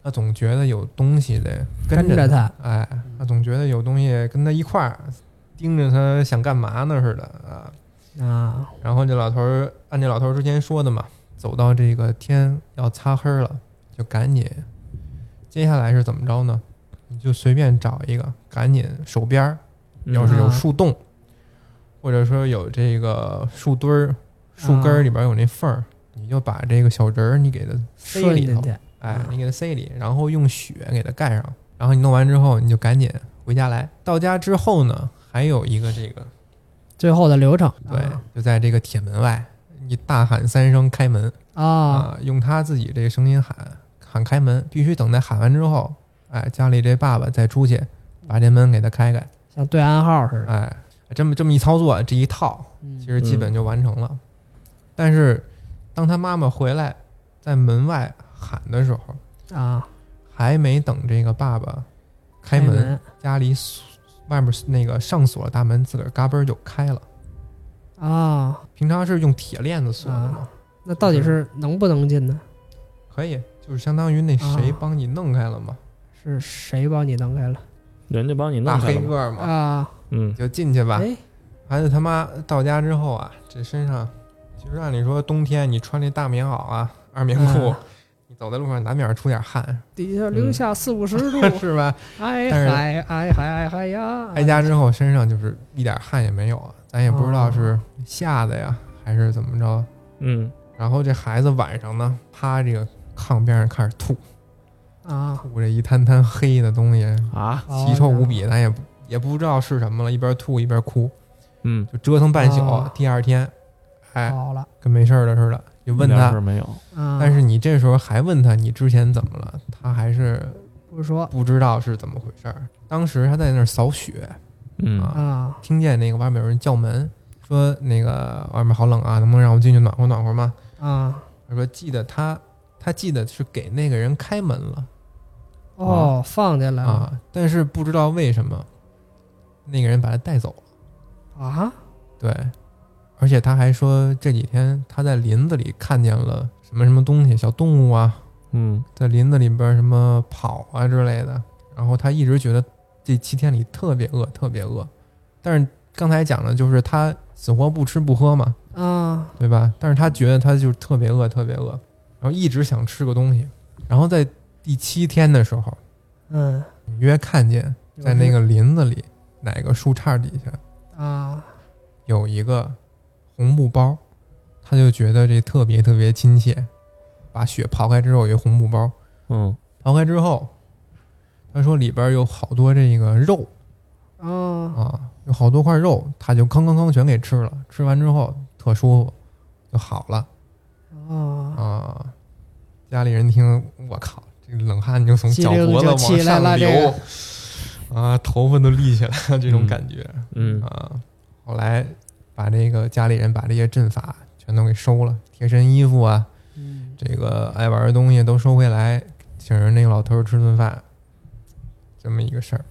她总觉得有东西得跟着着他，哎，她总觉得有东西跟她一块儿盯着她，想干嘛呢似的啊。啊，然后这老头儿按这老头儿之前说的嘛，走到这个天要擦黑了，就赶紧。接下来是怎么着呢？你就随便找一个，赶紧手边儿嗯要是有树洞，或者说有这个树墩儿、树根儿里边儿有那缝儿，你就把这个小人儿你给它塞顺里头进，去，哎啊，你给它塞里，然后用雪给它盖上，然后你弄完之后，你就赶紧回家来。到家之后呢，还有一个这个，最后的流程，啊对，就在这个铁门外，你大喊三声开门啊啊，啊，用他自己这个声音喊喊开门，必须等待喊完之后，哎，家里这爸爸再出去把这门给他开开，像对暗号似的，哎，这么这么一操作，这一套嗯其实基本就完成了。但是当他妈妈回来在门外喊的时候，啊，还没等这个爸爸开门，门家里锁外面那个上锁的大门自个儿嘎嘣儿就开了。啊，平常是用铁链子锁的嘛，那到底是能不能进呢？可以，就是相当于那谁啊帮你弄开了嘛，是谁帮你弄开了人家帮你弄大开黑了嘛，个儿嘛，啊？嗯就进去吧。哎，孩子他妈到家之后啊，这身上其实按理说冬天你穿那大棉袄啊、二棉裤，嗯你走在路上难免出点汗， 底下零下四五十度，嗯是吧？哎但是嗨哎嗨哎 嗨呀！挨家之后身上就是一点汗也没有啊，咱也不知道是吓的呀，还是怎么着。嗯然后这孩子晚上呢，趴这个炕边上开始吐，啊，吐着一滩滩黑的东西，啊，哦奇臭无比，咱也不也不知道是什么了，一边吐一边哭，嗯，就折腾半宿。啊第二天，啊。哎，好了，跟没事儿的似的，就问一点事他儿。没有，啊，哎但是你这时候还问他你之前怎么了，他还是不是说不知道是怎么回事儿。当时他在那儿扫雪，嗯啊啊，听见那个外面有人叫门，说那个外面好冷啊，能不能让我们进去暖和暖和吗？啊，他说记得他，他记得是给那个人开门了哦，放进来了啊，但是不知道为什么那个人把他带走了。啊，对，而且他还说这几天他在林子里看见了什么什么东西，小动物啊，嗯在林子里边什么跑啊之类的。然后他一直觉得这七天里特别饿，特别饿。但是刚才讲的就是他死活不吃不喝嘛，啊，对吧？但是他觉得他就是特别饿，特别饿，然后一直想吃个东西。然后在第七天的时候，嗯，隐约看见在那个林子里哪个树杈底下啊，有一个红布包，他就觉得这特别特别亲切。把雪刨开之后，有一个红布包，嗯，刨开之后，他说里边有好多这个肉啊，啊，有好多块肉，他就吭吭吭全给吃了。吃完之后特舒服，就好了。啊，啊，家里人听，我靠，这冷汗就从机脚灵脖子就往起来上了流，这个啊，头发都立起来了，这种感觉，嗯啊，后来把这个家里人把这些阵法全都给收了，贴身衣服啊，嗯这个爱玩的东西都收回来，请人那个老头儿吃顿饭，这么一个事儿。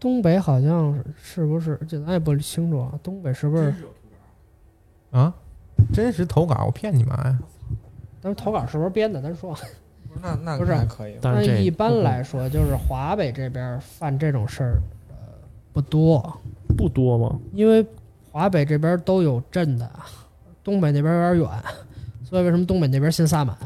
东北好像是是不是？这咱也不清楚啊。东北是不是？啊，真实投稿，我骗你妈呀！咱们投稿是不是编的？咱说啊，嗯那那不是啊还可以。但是这一般来说，就是华北这边犯这种事儿，呃，不多，不多吗？因为华北这边都有镇的，东北那边有点远，所以为什么东北那边信萨满，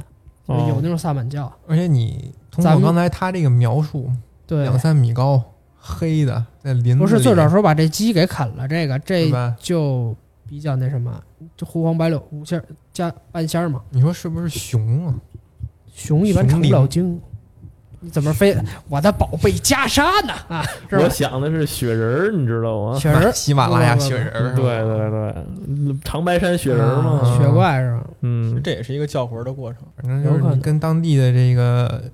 就哦有那种萨满教？而且你通咱过们刚才他这个描述，对，两三米高，黑的，在林子不是里最早说把这鸡给啃了，这个这是吧？就比较那什么，这胡黄白柳五仙儿加半仙儿嘛，你说是不是熊啊？熊一般成熊不灵了精。你怎么非我的宝贝袈裟呢？啊，是我吧？想的是雪人儿，你知道吗？雪人 儿、喜马拉雅雪人对儿，对对，长白山雪人儿啊嘛，雪怪是吧？嗯这也是一个叫魂的过程。反正就有可是能你跟当地的这个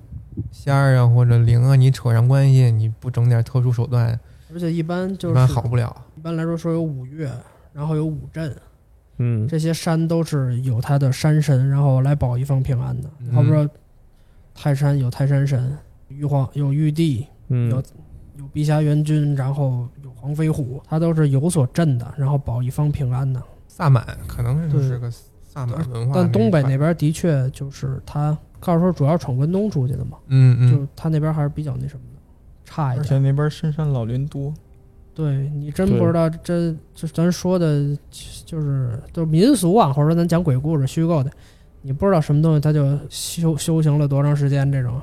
仙儿啊或者灵啊，你扯上关系，你不整点特殊手段，而且一般就一是般好不了。一般来说说有五岳，然后有五镇，嗯，这些山都是有它的山神，然后来保一方平安的嗯。好比说泰山有泰山神，玉皇有玉帝，嗯有有碧霞元君，然后有黄飞虎，它都是有所镇的，然后保一方平安的。萨满可能就是对个萨满文化，但东北那，边的确就是他，告诉说主要闯关东出去的嘛，嗯嗯就，他那边还是比较那什么的，差一而点。且那边深山老林多，对你真对不知道，这这咱说的，就是都是民俗啊，或者说咱讲鬼故事虚构的，你不知道什么东西，他就修修行了多长时间这种，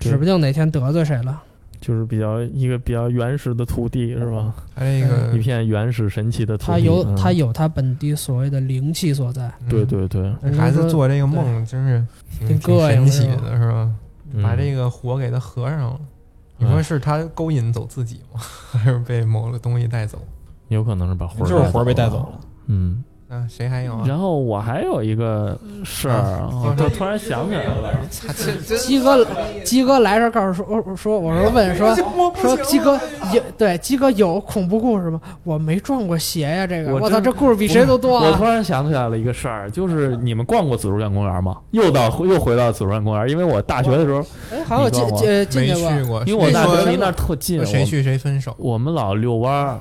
对指不定哪天得罪谁了。就是比较一个比较原始的土地是吧？还有一个一片原始神奇的土地。他有嗯他有他本地所谓的灵气所在。嗯对对对，人家孩子说做这个梦真是挺挺挺膈神应奇是吧的，是吧？嗯把这个火给他合上了，你说是他勾引走自己吗？ 还是被某个东西带走？有可能是把魂儿就是魂儿被带带走走了。了。嗯，啊，谁还有啊？然后我还有一个事儿啊，我就突然想起来了，鸡哥，鸡哥来这儿告诉说说说，我说问说说鸡哥有对鸡哥有恐怖故事吗？我没撞过邪呀、这个我我操，真这故事比谁都多我突啊！然想起来了一个事儿，就是你们逛过紫竹院公园吗？又到又回到紫竹院公园，因为我大学的时候，哎，好像我进你撞过进进没去去过，过，因为我谁大说学离那儿特近，说谁我去谁分手。我们老遛弯儿，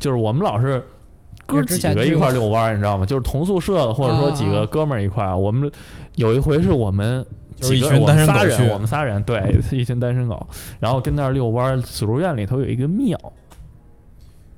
就是我们老是嗯哥几个一块儿遛弯儿，你知道吗？就是嗯同宿舍的，或者说几个哥们儿一块儿。我们有一回是我们就是几个一群我们单身仨狗人，去我们仨人对一群单身狗，然后跟那儿遛弯儿。紫竹院里头有一个庙，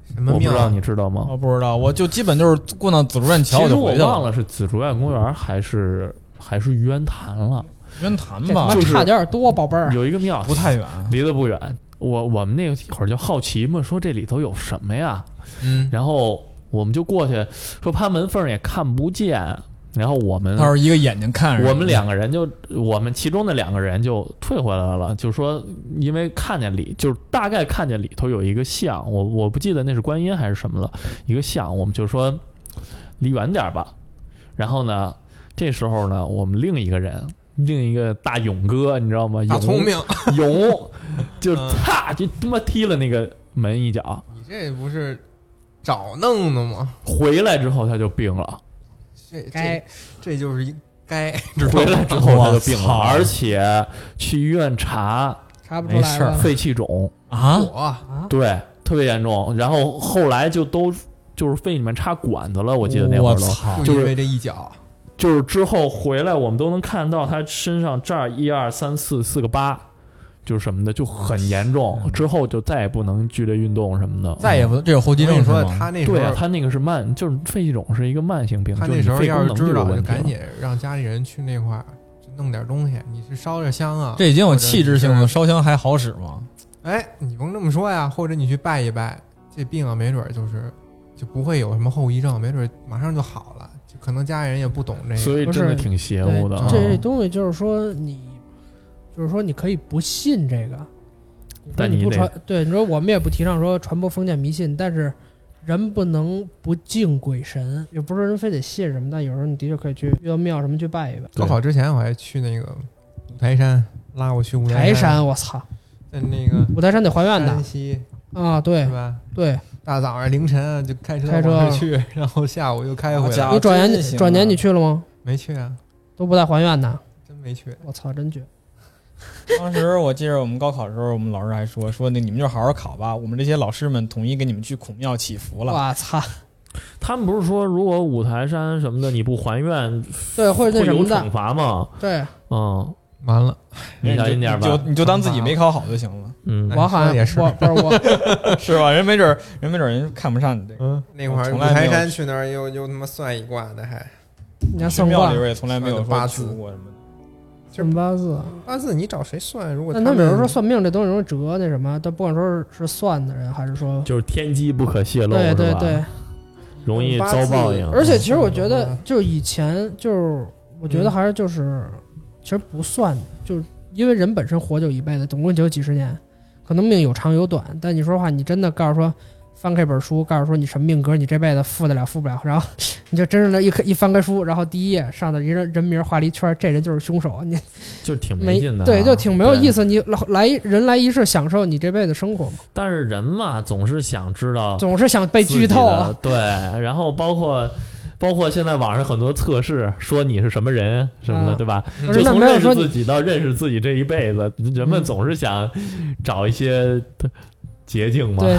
什我么不知庙道啊？你知道吗？我不知道，我就基本就是过到紫竹院哦桥其我实就我回去忘了。了是紫竹院公园还是还是玉渊潭了，渊潭这吧他妈，差点多，宝贝儿。有一个庙不太远。啊离得不远。我我们那会儿就好奇嘛，说这里头有什么呀？嗯，然后我们就过去，说趴门缝儿也看不见，然后我们他说一个眼睛看着我们两个人就我们其中的两个人就退回来了，就说因为看见里就是大概看见里头有一个像，我我不记得那是观音还是什么了，一个像，我们就说离远点儿吧。然后呢，这时候呢，我们另一个人。另一个大勇哥，你知道吗？大勇聪明， 勇，就嗯啪就他妈踢了那个门一脚，你这不是找弄的吗？回来之后他就病了，这这该这就是一 该，回来之后他就病了， 我操而且去医院查查不出来吧没事肺气肿，啊，我啊？对，特别严重。然后后来就都就是肺里面插管子了，我记得那会儿都，啊操就就是因为这一脚，就是之后回来我们都能看到他身上这儿一二三四四个疤。就是什么的就很严重，嗯之后就再也不能剧烈运动什么的，再也不这有后我跟遗症你是说，吗？他那时对啊，候他那个是慢，就是肺气肿是一个慢性病，他就那你时候肺要功是能就知有道，问就题赶了紧让家里人去那块儿就弄点东西。你是烧着香啊？这已经有器质性了，烧香还好使吗？哎，你甭这么说呀，或者你去拜一拜，这病啊，没准儿就是就不会有什么后遗症，没准儿马上就好了。就可能家里人也不懂这个，所以不真是的挺邪乎的啊对，。这东西就是说你，就是说你可以不信这个，你说但你你不得传对你说我们也不提倡说传播封建迷信，但是人不能不敬鬼神，也不是人非得信什么，但有时候你的确可以去遇到庙什么去拜一拜。高考之前我还去那个五台山，拉我去五台山，山，我操，在那个五台山得还愿山的西啊，对是吧？对，大早上凌晨就开车开车往那儿去， 然后下午又开回好来家啊，有转真年行转年啊你去了吗？没去啊，都不带还愿的，真没去。我操，真绝！当时我记着我们高考的时候，我们老师还说说那你们就好好考吧，我们这些老师们统一给你们去孔庙祈福了。我操，他们不是说如果五台山什么的你不还愿对，或者会那什有么惩的，罚吗？对嗯，完了，你小心点哎你就吧。你就当自己没考好就行了，嗯，我好说的像也是我不是 我，是吧？人没准儿人没准儿人看不上你这个。嗯，那块儿从五来没台有山去那儿又又他妈算一卦的，还你家去算庙卦里边也从来没有算的八说字去过什么的。算八字。八字你找谁算？如果但他他们比如说算命这东西容易折那什么，但不管说是算的人还是说，就是天机不可泄露，对对是吧对，容易遭报应。而且其实我觉嗯得，就是以前就是我觉得还是就是，其实不算，就是因为人本身活就一辈子，总共就有几十年，可能命有长有短。但你说话，你真的告诉说翻开一本书，告诉说你什么命格，你这辈子富得了富不了，然后 你就真是那一看一翻开书，然后第一页上的一人人名画了一圈，这人就是凶手，你就挺没劲的啊，对，就挺没有意思。思。你来来人来一世，享受你这辈子生活嘛，但是人嘛，总是想知道总是想被自己剧透啊的。对，然后包括。包括现在网上很多测试说你是什么人什么的，啊对吧？嗯不就是那从没有认识说自你己到认识自己这一辈子，人们嗯总是想找一些捷径嘛。对，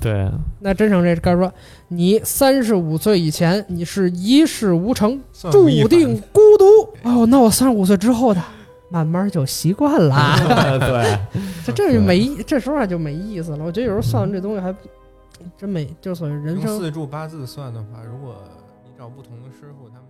对， 那真成这该说，你三十五岁以前你是一事无成，算注吴亦凡定孤独。哦，那我三十五岁之后的，慢慢就习惯了。啊对， 这这是没这说话就没意思了。我觉得有时候算完这东西还真没，就是所谓人用生四柱八字算的话，如果你找不同的师傅，他们